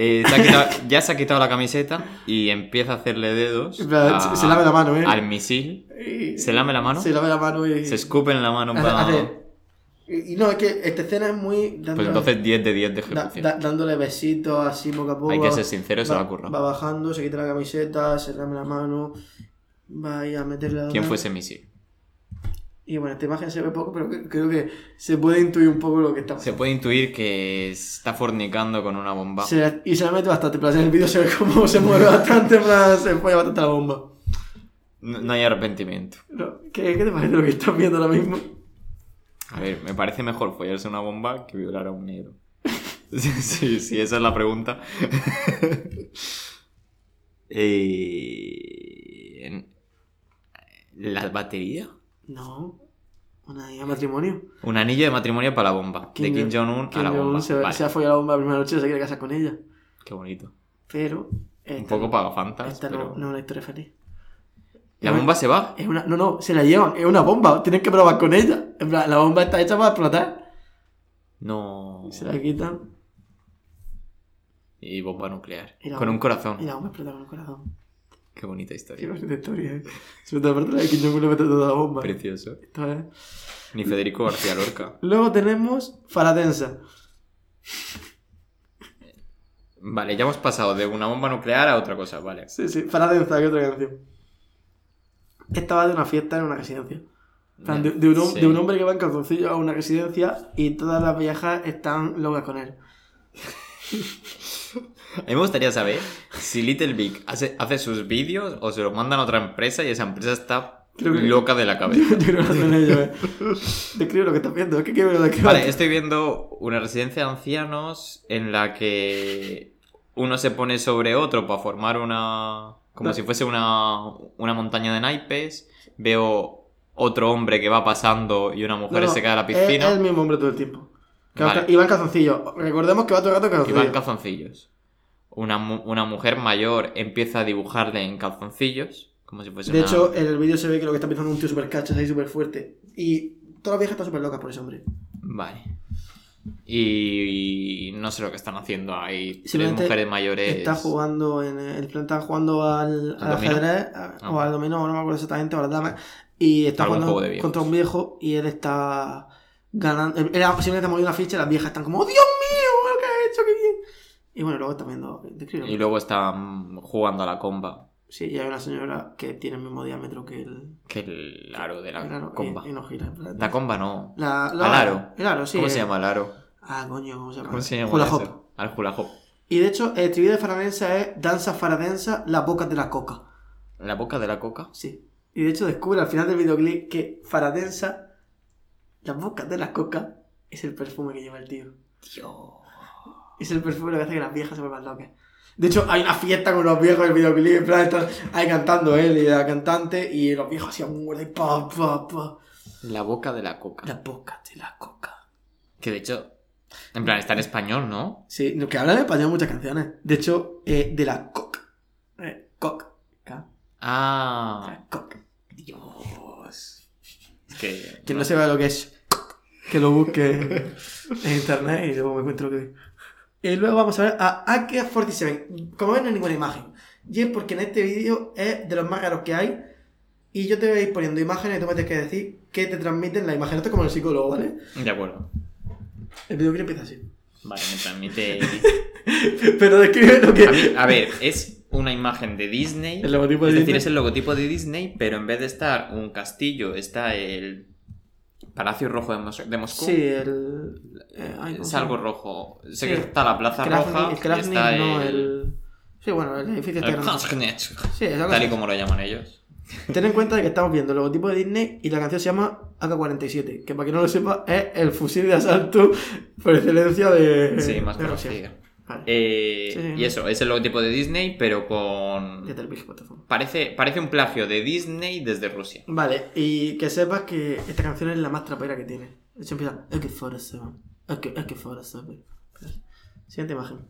Speaker 1: Eh, se ha quitado- ya se ha quitado la camiseta y empieza a hacerle dedos.
Speaker 2: En plan,
Speaker 1: a-
Speaker 2: se- se lame la mano, ¿eh?
Speaker 1: Al misil.
Speaker 2: Y-
Speaker 1: ¿Se lame la mano?
Speaker 2: Se lame la mano y...
Speaker 1: Se escupe en la mano. en
Speaker 2: Hace-
Speaker 1: plan-
Speaker 2: hace- y y no, es que esta escena es muy... Dándole,
Speaker 1: Pues entonces 10 de 10 de
Speaker 2: da-
Speaker 1: ejecución.
Speaker 2: da- dándole besitos así, poco a poco.
Speaker 1: Hay que
Speaker 2: va-
Speaker 1: ser sincero, se
Speaker 2: va-
Speaker 1: la ha currado.
Speaker 2: Va bajando, se quita la camiseta, se lame la mano, va ahí a meterle la...
Speaker 1: ¿Quién fue ese misil?
Speaker 2: Y bueno, esta imagen se ve poco, pero cre- creo que se puede intuir un poco lo que está
Speaker 1: Se puede intuir que está fornicando con una bomba.
Speaker 2: Se la- y se la mete bastante, en plan, en el vídeo se ve cómo se mueve bastante, en plan, se folla bastante la bomba.
Speaker 1: No, no hay arrepentimiento.
Speaker 2: No, ¿qué, ¿Qué te parece lo que estás viendo ahora mismo?
Speaker 1: A ver, me parece mejor follarse una bomba que violar a un negro. Sí, sí, sí, esa es la pregunta. Eh, en- ¿La batería?
Speaker 2: No, una idea de matrimonio.
Speaker 1: Un anillo de matrimonio para la bomba.
Speaker 2: Kim
Speaker 1: de Kim
Speaker 2: Jo-
Speaker 1: Jong-un Eh, a
Speaker 2: Kim
Speaker 1: la bomba.
Speaker 2: Jong-un se,
Speaker 1: Vale,
Speaker 2: se ha follado la bomba la primera noche y se quiere casar con ella.
Speaker 1: Qué bonito.
Speaker 2: Pero... esta
Speaker 1: Un poco
Speaker 2: no-
Speaker 1: pagafantas,
Speaker 2: Esta
Speaker 1: pero...
Speaker 2: no, no es una historia feliz.
Speaker 1: ¿La bomba se va?
Speaker 2: Es una, no, no, se la llevan, es una bomba, tienes que probar con ella. En plan, la bomba está hecha para explotar.
Speaker 1: No.
Speaker 2: Se la quitan
Speaker 1: Y bomba nuclear.
Speaker 2: Y la
Speaker 1: Con un
Speaker 2: bomba- y
Speaker 1: corazón.
Speaker 2: la bomba explota con el corazón.
Speaker 1: Qué bonita
Speaker 2: Qué
Speaker 1: historia.
Speaker 2: bonita historia, eh. Sobre todo aparte la de Kim Jong-un le mete toda la bomba.
Speaker 1: Precioso.
Speaker 2: Esto es...
Speaker 1: Ni Federico García Lorca.
Speaker 2: Luego tenemos Faradensa.
Speaker 1: Vale, ya hemos pasado de una bomba nuclear a otra cosa, vale.
Speaker 2: Sí, sí, Faradensa, que otra canción. Esta va de una fiesta en una residencia. En plan, De, de un, hom-
Speaker 1: Sí.
Speaker 2: de un hombre que va en calzoncillo a una residencia y todas las viejas están locas con él.
Speaker 1: A mí me gustaría saber si Little Big hace, hace sus vídeos o se los mandan a otra empresa y esa empresa está
Speaker 2: Creo que-
Speaker 1: loca de la cabeza.
Speaker 2: Yo creo que son ellos, eh. Describe lo que estás viendo, es que quiero lo que
Speaker 1: Vale, estoy viendo una residencia de ancianos en la que uno se pone sobre otro para formar una... como
Speaker 2: Da-
Speaker 1: si fuese una, una montaña de naipes. Veo otro hombre que va pasando y una mujer se
Speaker 2: eh,
Speaker 1: cae a la piscina.
Speaker 2: Es, es el mismo hombre todo el tiempo. Que va en
Speaker 1: Vale.
Speaker 2: ca- Y va en calzoncillo. Recordemos que va todo el rato en
Speaker 1: que
Speaker 2: calzoncillo.
Speaker 1: va en calzoncillos. Una, mu- una mujer mayor empieza a dibujarle en calzoncillos, como si fuese
Speaker 2: de
Speaker 1: una-
Speaker 2: hecho, en el vídeo se ve que lo que está pensando es un tío súper cacho, ahí súper fuerte. Y todas las viejas están súper locas por ese hombre.
Speaker 1: Vale. Y, y no sé lo que están haciendo ahí. Tres
Speaker 2: Simplemente
Speaker 1: mujeres mayores.
Speaker 2: Está jugando en el plan, están jugando al,
Speaker 1: ¿Al
Speaker 2: al
Speaker 1: dominó?
Speaker 2: ajedrez a-
Speaker 1: Ah.
Speaker 2: o al dominó, no me acuerdo exactamente, o a las damas. Y está
Speaker 1: Algún juego
Speaker 2: jugando
Speaker 1: de viejos.
Speaker 2: contra un viejo y él está ganando. Él ha- simplemente ha movido una ficha y las viejas están como, ¡Oh, Dios mío! ¡Lo que ha hecho! ¡Qué bien! Y bueno, luego está viendo. descríbelo.
Speaker 1: Y luego están jugando a la comba.
Speaker 2: Sí, y hay una señora que tiene el mismo diámetro que el.
Speaker 1: Que el aro de la
Speaker 2: el aro,
Speaker 1: comba.
Speaker 2: Y, y no gira. en plan.
Speaker 1: La comba no.
Speaker 2: La,
Speaker 1: Al aro.
Speaker 2: El aro, sí.
Speaker 1: ¿Cómo
Speaker 2: eh.
Speaker 1: se llama el aro?
Speaker 2: Ah, coño, ¿cómo se llama?
Speaker 1: ¿Cómo se llama?
Speaker 2: Hula
Speaker 1: eso?
Speaker 2: hoop.
Speaker 1: Al hula hoop.
Speaker 2: Y de hecho, el estribillo de Faradensa es Danza Faradensa, las bocas de la coca.
Speaker 1: La boca de la coca.
Speaker 2: Sí. Y de hecho descubre al final del videoclip que Faradensa, las bocas de la coca, es el perfume que lleva el tío.
Speaker 1: Dios.
Speaker 2: Es el perfume lo que hace que las viejas se vuelvan locas. De hecho, hay una fiesta con los viejos del videoclip, en plan, están ahí cantando él y la cantante, y los viejos así a muerte, pa, pa, pa.
Speaker 1: La boca de la coca.
Speaker 2: Las bocas de la coca.
Speaker 1: Que de hecho. En plan, está en español, ¿no?
Speaker 2: Sí, no, que hablan en español muchas canciones. De hecho, eh, de la coca. Eh, coca. Ca-
Speaker 1: Ah.
Speaker 2: la coca.
Speaker 1: Dios. Es que.
Speaker 2: Quien no sepa lo que es, que lo busque en internet y luego me encuentro que. Y luego vamos a ver a AK47. Como ven, no hay ninguna imagen. Y es porque en este vídeo es de los más raros que hay. Y yo te voy a ir poniendo imágenes y tú me tienes que decir qué te transmiten la imagen. Esto es como el psicólogo, ¿vale?
Speaker 1: De acuerdo.
Speaker 2: El videoclip empieza así.
Speaker 1: Vale, me transmite.
Speaker 2: Pero describe lo
Speaker 1: A, mí-
Speaker 2: que.
Speaker 1: a ver, es una imagen de Disney.
Speaker 2: El logotipo de
Speaker 1: es decir,
Speaker 2: Disney.
Speaker 1: es el logotipo de Disney, pero en vez de estar un castillo, está el Palacio Rojo de, Mos- de Moscú.
Speaker 2: Sí, el. eh, ay, ¿cómo
Speaker 1: es
Speaker 2: se llama?
Speaker 1: algo rojo. Sé
Speaker 2: Sí.
Speaker 1: que está la Plaza
Speaker 2: Krasny-
Speaker 1: Roja.
Speaker 2: El
Speaker 1: y
Speaker 2: Krasny,
Speaker 1: está
Speaker 2: no, el. Sí, bueno, el edificio
Speaker 1: el
Speaker 2: está grande.
Speaker 1: Krasnitz,
Speaker 2: Sí, es algo
Speaker 1: Tal y
Speaker 2: así.
Speaker 1: como lo llaman ellos.
Speaker 2: Ten en cuenta que estamos viendo el logotipo de Disney y la canción se llama AK-47, que para quien no lo sepa es el fusil de asalto por excelencia de,
Speaker 1: Sí, más
Speaker 2: de Rusia.
Speaker 1: conocido.
Speaker 2: Vale.
Speaker 1: Eh,
Speaker 2: Eh, Sí,
Speaker 1: y
Speaker 2: no.
Speaker 1: eso, es el logotipo de Disney, pero
Speaker 2: Ya
Speaker 1: con.
Speaker 2: te lo dije, what the fuck.
Speaker 1: Parece, parece un plagio de Disney desde Rusia.
Speaker 2: Vale, y que sepas que esta canción es la más trapera que tiene. De hecho empieza AK-47, AK-47. Siguiente imagen.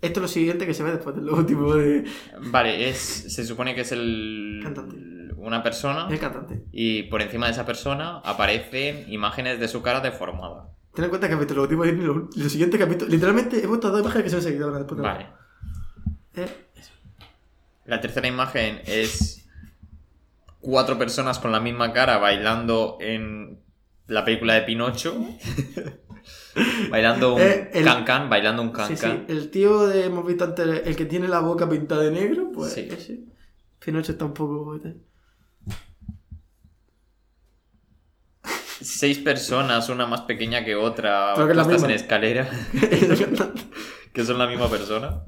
Speaker 2: Esto es lo siguiente que se ve después del último de...
Speaker 1: Vale, es, se supone que es el...
Speaker 2: Cantante.
Speaker 1: Una persona.
Speaker 2: El cantante.
Speaker 1: Y por encima de esa persona aparecen imágenes de su cara deformada.
Speaker 2: Ten en cuenta que visto los últimos 10 lo, lo siguiente capítulo... Literalmente hemos visto dos imágenes que se han seguido ahora después de
Speaker 1: Vale.
Speaker 2: Eh, eso.
Speaker 1: La tercera imagen es cuatro personas con la misma cara bailando en la película de Pinocho. bailando un
Speaker 2: Eh, el-
Speaker 1: can-can, bailando un
Speaker 2: Sí, sí.
Speaker 1: can-can.
Speaker 2: El tío de hemos visto antes, el que tiene la boca pintada de negro, pues
Speaker 1: Sí.
Speaker 2: ese. Pinocho está un poco... este.
Speaker 1: Seis personas, una más pequeña que otra,
Speaker 2: Creo que es la
Speaker 1: puestas en
Speaker 2: misma.
Speaker 1: escalera,
Speaker 2: El cantante.
Speaker 1: que son la misma persona.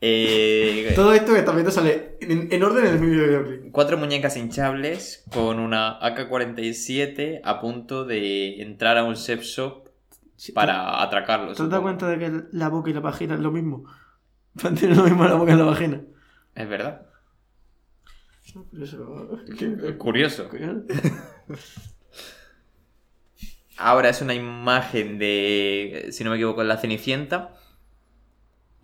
Speaker 1: Eh,
Speaker 2: Todo esto que estás viendo sale en, en orden en el mismo videoclip.
Speaker 1: Cuatro muñecas hinchables con una AK-47 a punto de entrar a un sex shop
Speaker 2: Sí,
Speaker 1: para atracarlos.
Speaker 2: ¿Te has dado
Speaker 1: supongo.
Speaker 2: cuenta de que la boca y la vagina es lo mismo? Van a tener lo mismo la boca y la vagina.
Speaker 1: Es verdad.
Speaker 2: Por eso.
Speaker 1: Curioso. Ahora es una imagen de, si no me equivoco, la Cenicienta.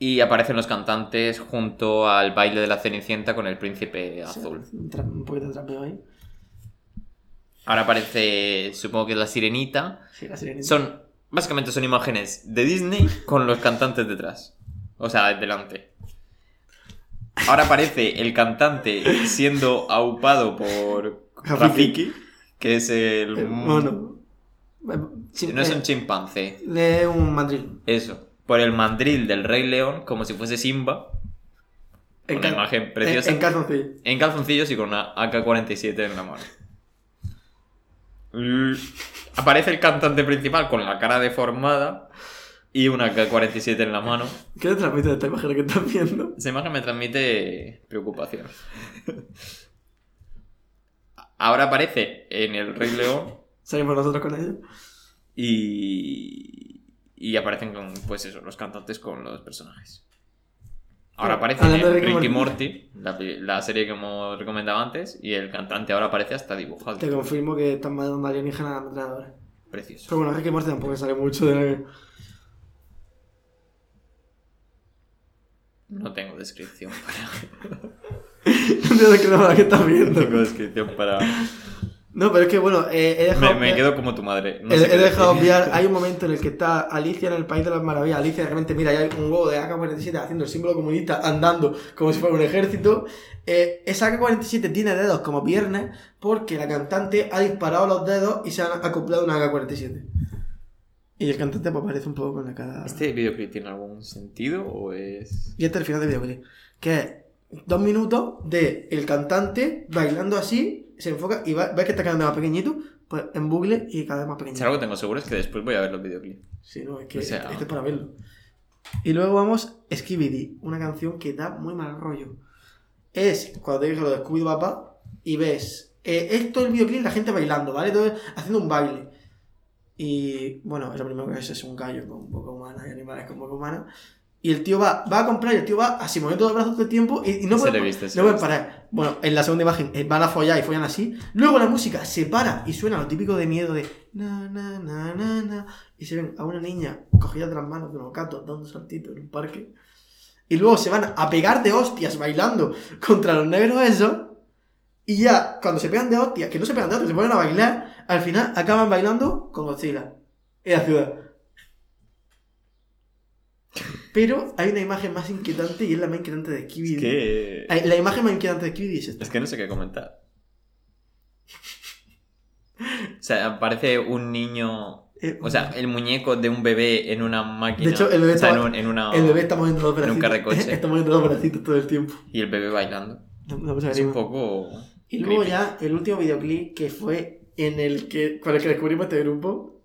Speaker 1: Y aparecen los cantantes junto al baile de la Cenicienta con el príncipe azul.
Speaker 2: Un, tra- un poquito de trapeo ahí.
Speaker 1: Ahora aparece, supongo que la Sirenita.
Speaker 2: Sí, la sirenita.
Speaker 1: Son, básicamente son imágenes de Disney con los cantantes detrás. O sea, delante. Ahora aparece el cantante siendo aupado por Rafiki, que es el...
Speaker 2: Eh, mono. Sí,
Speaker 1: No es un
Speaker 2: eh,
Speaker 1: chimpancé.
Speaker 2: de un mandril.
Speaker 1: Eso. Por el mandril del Rey León, como si fuese Simba, Una
Speaker 2: cal-
Speaker 1: imagen preciosa.
Speaker 2: En, en calzoncillo.
Speaker 1: en calzoncillos y con una AK-47 en la mano. L- Aparece el cantante principal con la cara deformada y una AK-47 en la mano.
Speaker 2: ¿Qué te transmite esta imagen que estás viendo?
Speaker 1: Esa imagen me transmite preocupación. Ahora aparece en el Rey León
Speaker 2: Salimos nosotros con ello.
Speaker 1: y. Y aparecen con, pues eso, los cantantes con los personajes. Ahora
Speaker 2: Ah,
Speaker 1: aparece
Speaker 2: hablando de
Speaker 1: en
Speaker 2: Rick
Speaker 1: Ricky
Speaker 2: y
Speaker 1: Morty, la, pe- la serie que hemos recomendado antes, y el cantante ahora aparece hasta dibujado.
Speaker 2: Te confirmo que están mandando alienígenas a la ahora.
Speaker 1: Precioso.
Speaker 2: Pero bueno, Ricky Morty tampoco sale mucho de.
Speaker 1: No tengo descripción para.
Speaker 2: No sé qué que estás
Speaker 1: No
Speaker 2: viendo.
Speaker 1: tengo descripción para.
Speaker 2: No, pero es que bueno, eh, he dejado.
Speaker 1: Me, me quedo como tu madre. No
Speaker 2: he,
Speaker 1: sé
Speaker 2: he
Speaker 1: qué decir.
Speaker 2: dejado obviar, hay un momento en el que está Alicia en el País de las Maravillas, Alicia realmente mira, ya hay un huevo de AK-47 haciendo el símbolo comunista, andando como si fuera un ejército. Eh, esa AK-47 tiene dedos como piernas porque la cantante ha disparado los dedos y se han acoplado una AK-47. Y el cantante pues, aparece un poco con la cara...
Speaker 1: ¿Este videoclip tiene algún sentido o es.?
Speaker 2: Y este es el final del videoclip, que es dos minutos de el cantante bailando así, se enfoca y va- ves que está quedando más pequeñito, pues en bucle y cada vez más
Speaker 1: Si
Speaker 2: pequeñito.
Speaker 1: algo tengo seguro es que después voy a ver los videoclips.
Speaker 2: Sí, no, es que
Speaker 1: O sea-
Speaker 2: este, este es para verlo. Y luego vamos Skibidi, una canción que da muy mal rollo. Es cuando te dije lo de Scooby Papá y ves eh, esto es el videoclip la gente bailando, ¿vale? Todo, haciendo un baile. Y bueno, es lo primero que es, es un gallo con boca humana y animales con boca humana. Y el tío va, va a comprar y el tío va así moviendo los brazos todo el tiempo y, y no
Speaker 1: Se
Speaker 2: puede
Speaker 1: le viste, se
Speaker 2: no
Speaker 1: le
Speaker 2: pueden
Speaker 1: viste.
Speaker 2: parar. Bueno, en la segunda imagen eh, van a follar y follan así. Luego la música se para y suena lo típico de miedo de na na na na na. Y se ven a una niña cogida de las manos de unos gatos dando un saltito en un parque. Y luego se van a pegar de hostias bailando contra los negros esos. Y ya, cuando se pegan de hostias, que no se pegan de hostias, se ponen a bailar, al final acaban bailando con Godzilla. En la ciudad. Pero hay una imagen más inquietante y es la más inquietante de Kiwi.
Speaker 1: Es que.
Speaker 2: Ay, La imagen más inquietante de Kirby es esta.
Speaker 1: Es que no sé qué comentar. O sea, aparece un niño.
Speaker 2: Eh,
Speaker 1: O sea, el muñeco de un bebé en una máquina.
Speaker 2: De hecho, el bebé
Speaker 1: o sea, en,
Speaker 2: estaba-
Speaker 1: un- en una.
Speaker 2: el bebé está moviendo los
Speaker 1: en un
Speaker 2: bracitos.
Speaker 1: carricoche.
Speaker 2: Está moviendo los bracitos todo el tiempo.
Speaker 1: Y el bebé bailando.
Speaker 2: No- no pasa
Speaker 1: Es
Speaker 2: nada.
Speaker 1: un poco.
Speaker 2: y luego
Speaker 1: creepy.
Speaker 2: ya el último videoclip que fue en el que con el que descubrimos este grupo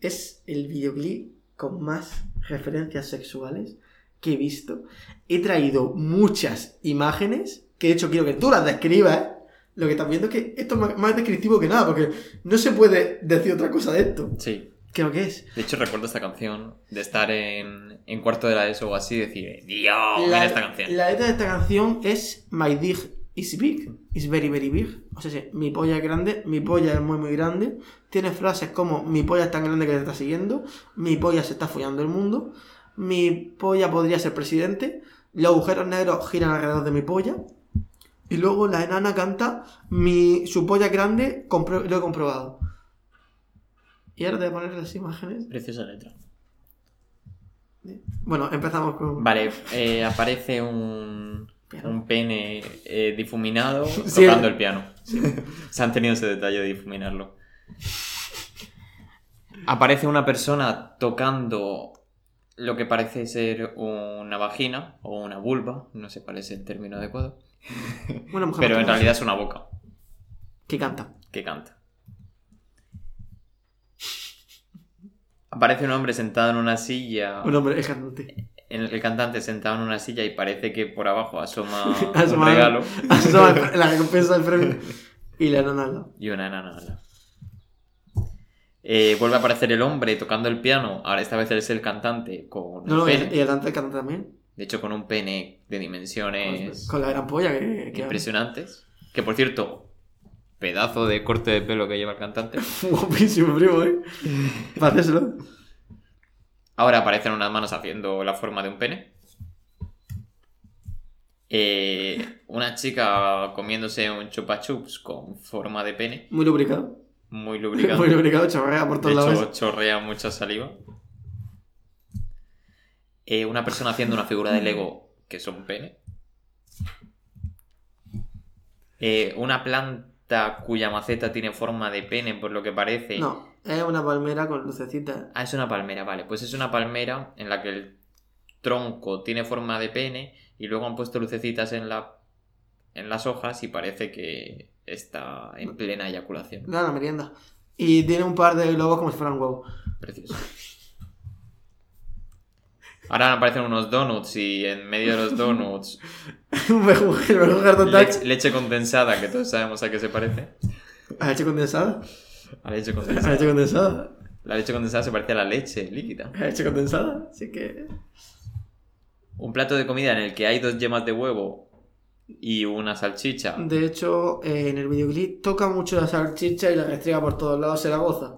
Speaker 2: es el videoclip con más referencias sexuales que he visto. He traído muchas imágenes que de hecho quiero que tú las describas. Lo que estás viendo es que esto es más- más descriptivo que nada, porque no se puede decir otra cosa de esto.
Speaker 1: Sí.
Speaker 2: Creo que es.
Speaker 1: De hecho, recuerdo esta canción de estar en, en cuarto de la ESO o así y decir: ¡Dios!
Speaker 2: la,
Speaker 1: mira Oh, esta canción.
Speaker 2: la letra de esta canción es My Dick It's big. It's very, very big. O sea, sí, mi polla es grande, mi polla es muy, muy grande. Tiene frases como mi polla es tan grande que te está siguiendo, mi polla se está follando el mundo, mi polla podría ser presidente, los agujeros negros giran alrededor de mi polla. Y luego la enana canta mi, su polla es grande, compro- lo he comprobado. Y ahora te voy a poner las imágenes.
Speaker 1: Preciosa letra.
Speaker 2: Bueno, empezamos con...
Speaker 1: Vale, eh, aparece un,
Speaker 2: Piano.
Speaker 1: un pene eh, difuminado
Speaker 2: Sí.
Speaker 1: tocando el piano. Se han tenido ese detalle de difuminarlo. Aparece una persona tocando lo que parece ser una vagina o una vulva, no sé cuál es el término adecuado,
Speaker 2: Una mujer
Speaker 1: pero en
Speaker 2: masculina
Speaker 1: realidad es una boca
Speaker 2: que canta.
Speaker 1: que canta. Aparece un hombre sentado en una silla
Speaker 2: Un hombre, es cantante.
Speaker 1: en el cantante sentado en una silla y parece que por abajo asoma un
Speaker 2: Asoma-
Speaker 1: regalo
Speaker 2: Asoma la recompensa del premio. Y la enana al lado.
Speaker 1: y una enana. al lado. Eh, vuelve a aparecer el hombre tocando el piano, ahora esta vez él es el cantante con
Speaker 2: No,
Speaker 1: un
Speaker 2: eh, no, y,
Speaker 1: pene,
Speaker 2: y el cantante canta también.
Speaker 1: de hecho con un pene de dimensiones
Speaker 2: Con la gran polla que... que
Speaker 1: impresionantes, que por cierto, pedazo de corte de pelo que lleva el cantante.
Speaker 2: Guapísimo, primo, eh. Para hacérselo.
Speaker 1: Ahora aparecen unas manos haciendo la forma de un pene. Eh, una chica comiéndose un chupa chups con forma de pene,
Speaker 2: Muy lubricado.
Speaker 1: muy lubricado.
Speaker 2: Muy lubricado, chorrea por
Speaker 1: De
Speaker 2: todos lados.
Speaker 1: hecho, chorrea mucha saliva. Eh, una persona haciendo una figura de Lego que es un pene. Eh, una planta cuya maceta tiene forma de pene, por lo que parece.
Speaker 2: No, es una palmera con lucecitas.
Speaker 1: Ah, es una palmera, vale. Pues es una palmera en la que el tronco tiene forma de pene y luego han puesto lucecitas en, la, en las hojas y parece que está en plena eyaculación.
Speaker 2: Da la merienda. Y tiene un par de globos como si fueran huevos.
Speaker 1: Precioso. Ahora aparecen unos donuts y en medio de los donuts
Speaker 2: un mejor, un mejor total.
Speaker 1: lech- leche condensada, que todos sabemos a qué se parece.
Speaker 2: ¿A leche condensada?
Speaker 1: A leche
Speaker 2: ¿A
Speaker 1: condensada.
Speaker 2: leche condensada?
Speaker 1: La leche condensada se parece a la leche líquida.
Speaker 2: ¿A leche condensada? Así que...
Speaker 1: Un plato de comida en el que hay dos yemas de huevo y una salchicha.
Speaker 2: De hecho, eh, en el videoclip toca mucho la salchicha y la restriega por todos lados, se la goza.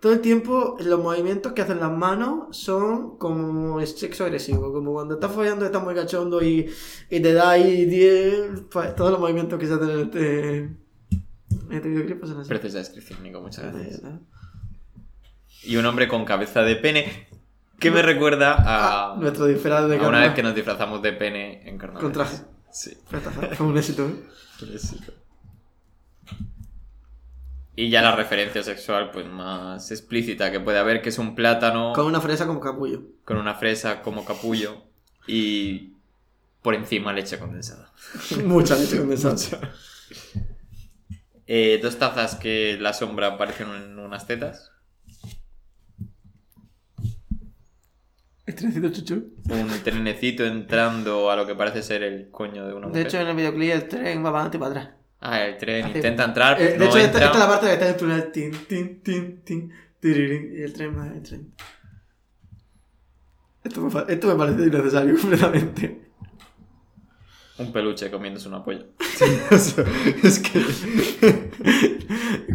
Speaker 2: Todo el tiempo los movimientos que hacen las manos son como el sexo agresivo, como cuando estás follando estás muy cachondo y, y te da ahí 10, pues todos los movimientos que se hacen en este, en este videoclip pues, son así.
Speaker 1: Preciosa descripción, Nico, muchas gracias. Y un hombre con cabeza de pene que me recuerda a,
Speaker 2: Ah, nuestro disfraz de
Speaker 1: a una
Speaker 2: carnaval.
Speaker 1: vez que nos disfrazamos de pene en carnaval.
Speaker 2: Con traje.
Speaker 1: Sí.
Speaker 2: Pero está- Fue un éxito, ¿eh?
Speaker 1: pobrecito. Y ya la referencia sexual pues más explícita que puede haber, que es un plátano
Speaker 2: Con una fresa como capullo.
Speaker 1: con una fresa como capullo y por encima leche condensada.
Speaker 2: Mucha leche condensada.
Speaker 1: Eh, dos tazas que la sombra parecen un- unas tetas.
Speaker 2: Estrenecito chuchu.
Speaker 1: Un trenecito entrando a lo que parece ser el coño de una
Speaker 2: De
Speaker 1: mujer.
Speaker 2: hecho, en el videoclip el tren va para adelante y para atrás.
Speaker 1: Ah, el tren
Speaker 2: Hace-
Speaker 1: intenta entrar.
Speaker 2: Eh, de
Speaker 1: no
Speaker 2: hecho, esta,
Speaker 1: entra.
Speaker 2: esta es la parte que está en el túnel. Tin, tin, tin, tin, tirirín, y el tren va, el tren. Esto me, fa- esto me parece innecesario completamente.
Speaker 1: Un peluche comiéndose una polla.
Speaker 3: es que.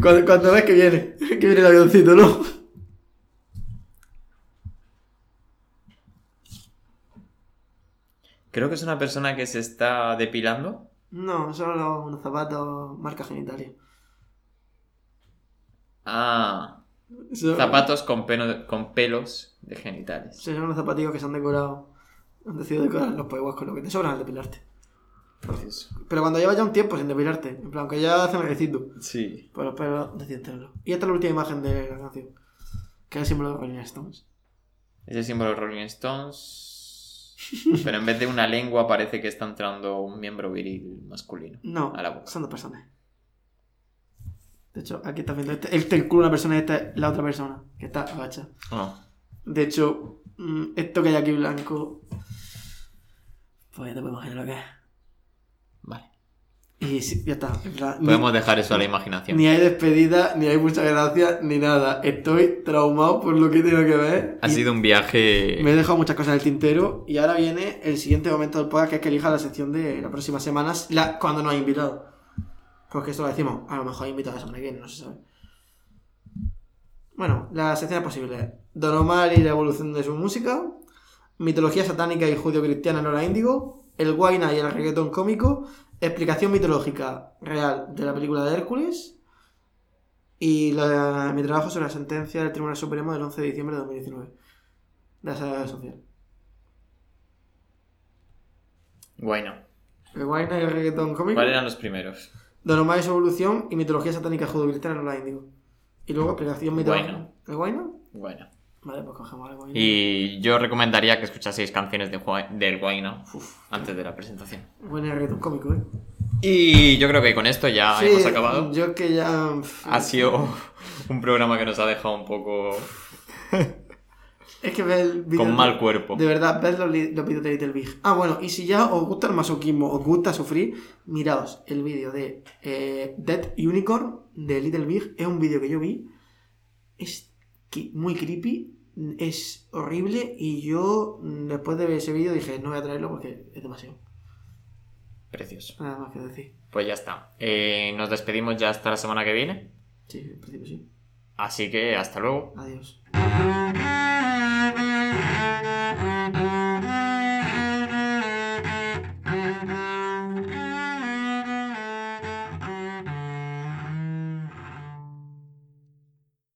Speaker 2: Cuando, cuando ves que viene, que viene el avioncito, ¿no?
Speaker 1: Creo que es una persona que se está depilando.
Speaker 2: No, solo unos zapatos marca genitalia.
Speaker 1: Ah,
Speaker 2: Son-
Speaker 1: zapatos con, peno- con pelos de genitales.
Speaker 2: Sí, son unos zapatillos que se han decorado. Han decidido decorar los paiguas con lo que te sobran al depilarte. Pero cuando llevas ya un tiempo sin depilarte, en plan, que ya hace merecito.
Speaker 1: Sí.
Speaker 2: Pero, pero deciden tenerlo. Y esta es la última imagen de la canción. Que es el símbolo de Rolling Stones.
Speaker 1: Es el símbolo de Rolling Stones. Pero en vez de una lengua parece que está entrando un miembro viril masculino.
Speaker 2: No,
Speaker 1: A la boca.
Speaker 2: son dos personas. De hecho, aquí está viendo este, este es el culo de una persona y esta es la otra persona, que está agacha.
Speaker 1: Ah,
Speaker 2: De hecho, mm, esto que hay aquí blanco. Pues ya te puedes imaginar lo que es.
Speaker 1: vale.
Speaker 2: Y sí, ya está. En plan, ni-
Speaker 1: Podemos dejar eso a la imaginación.
Speaker 2: Ni hay despedida, ni hay muchas gracias, ni nada. Estoy traumado por lo que he tenido que ver.
Speaker 1: Ha
Speaker 2: Y
Speaker 1: sido un viaje.
Speaker 2: Me he dejado muchas cosas en el tintero. Y ahora viene el siguiente momento del podcast, que es que elija la sección de las próximas semanas, la, cuando nos ha invitado. Porque esto lo decimos, a lo mejor ha invitado a la semana que viene, no se sabe. Bueno, la sección es posible. Don Omar y la evolución de su música. Mitología satánica y judio-cristiana en hora índigo. El guayna y el reggaetón cómico. Explicación mitológica real de la película de Hércules. Y la- mi trabajo sobre la sentencia del Tribunal Supremo del 11 de diciembre de 2019. De la sala social.
Speaker 4: Bueno,
Speaker 2: El guayna y el reggaetón cómico.
Speaker 4: ¿cuáles eran los primeros?
Speaker 2: Don Omar y su evolución y mitología satánica judio-cristiana en hora índigo. Y luego explicación mitológica.
Speaker 4: Guayna.
Speaker 2: ¿El guayna?
Speaker 4: Bueno.
Speaker 2: Vale, pues cogemos el guayna.
Speaker 1: Y yo recomendaría que escuchaseis canciones de Gua- del Guayna
Speaker 2: Uf,
Speaker 1: antes de la presentación.
Speaker 2: buen reggaetón cómico, ¿eh?
Speaker 1: Y yo creo que con esto ya
Speaker 2: Sí,
Speaker 1: Ah, hemos acabado.
Speaker 2: Yo que ya.
Speaker 1: Ha sido un programa que nos ha dejado un poco
Speaker 2: Es que ve el vídeo.
Speaker 1: con mal cuerpo.
Speaker 2: De verdad, ved los, li- los vídeos de Little Big. Ah, bueno, y si ya os gusta el masoquismo, os gusta sufrir, miraos el vídeo de eh, Dead Unicorn de Little Big. Es un vídeo que yo vi. Es que- muy creepy, es horrible y yo mm, después de ver ese vídeo dije, no voy a traerlo porque es demasiado.
Speaker 1: Precioso.
Speaker 2: Nada más que decir.
Speaker 1: Pues ya está. Eh, nos despedimos ya hasta la semana que viene.
Speaker 2: Sí, en principio sí.
Speaker 1: Así que hasta luego.
Speaker 2: Adiós.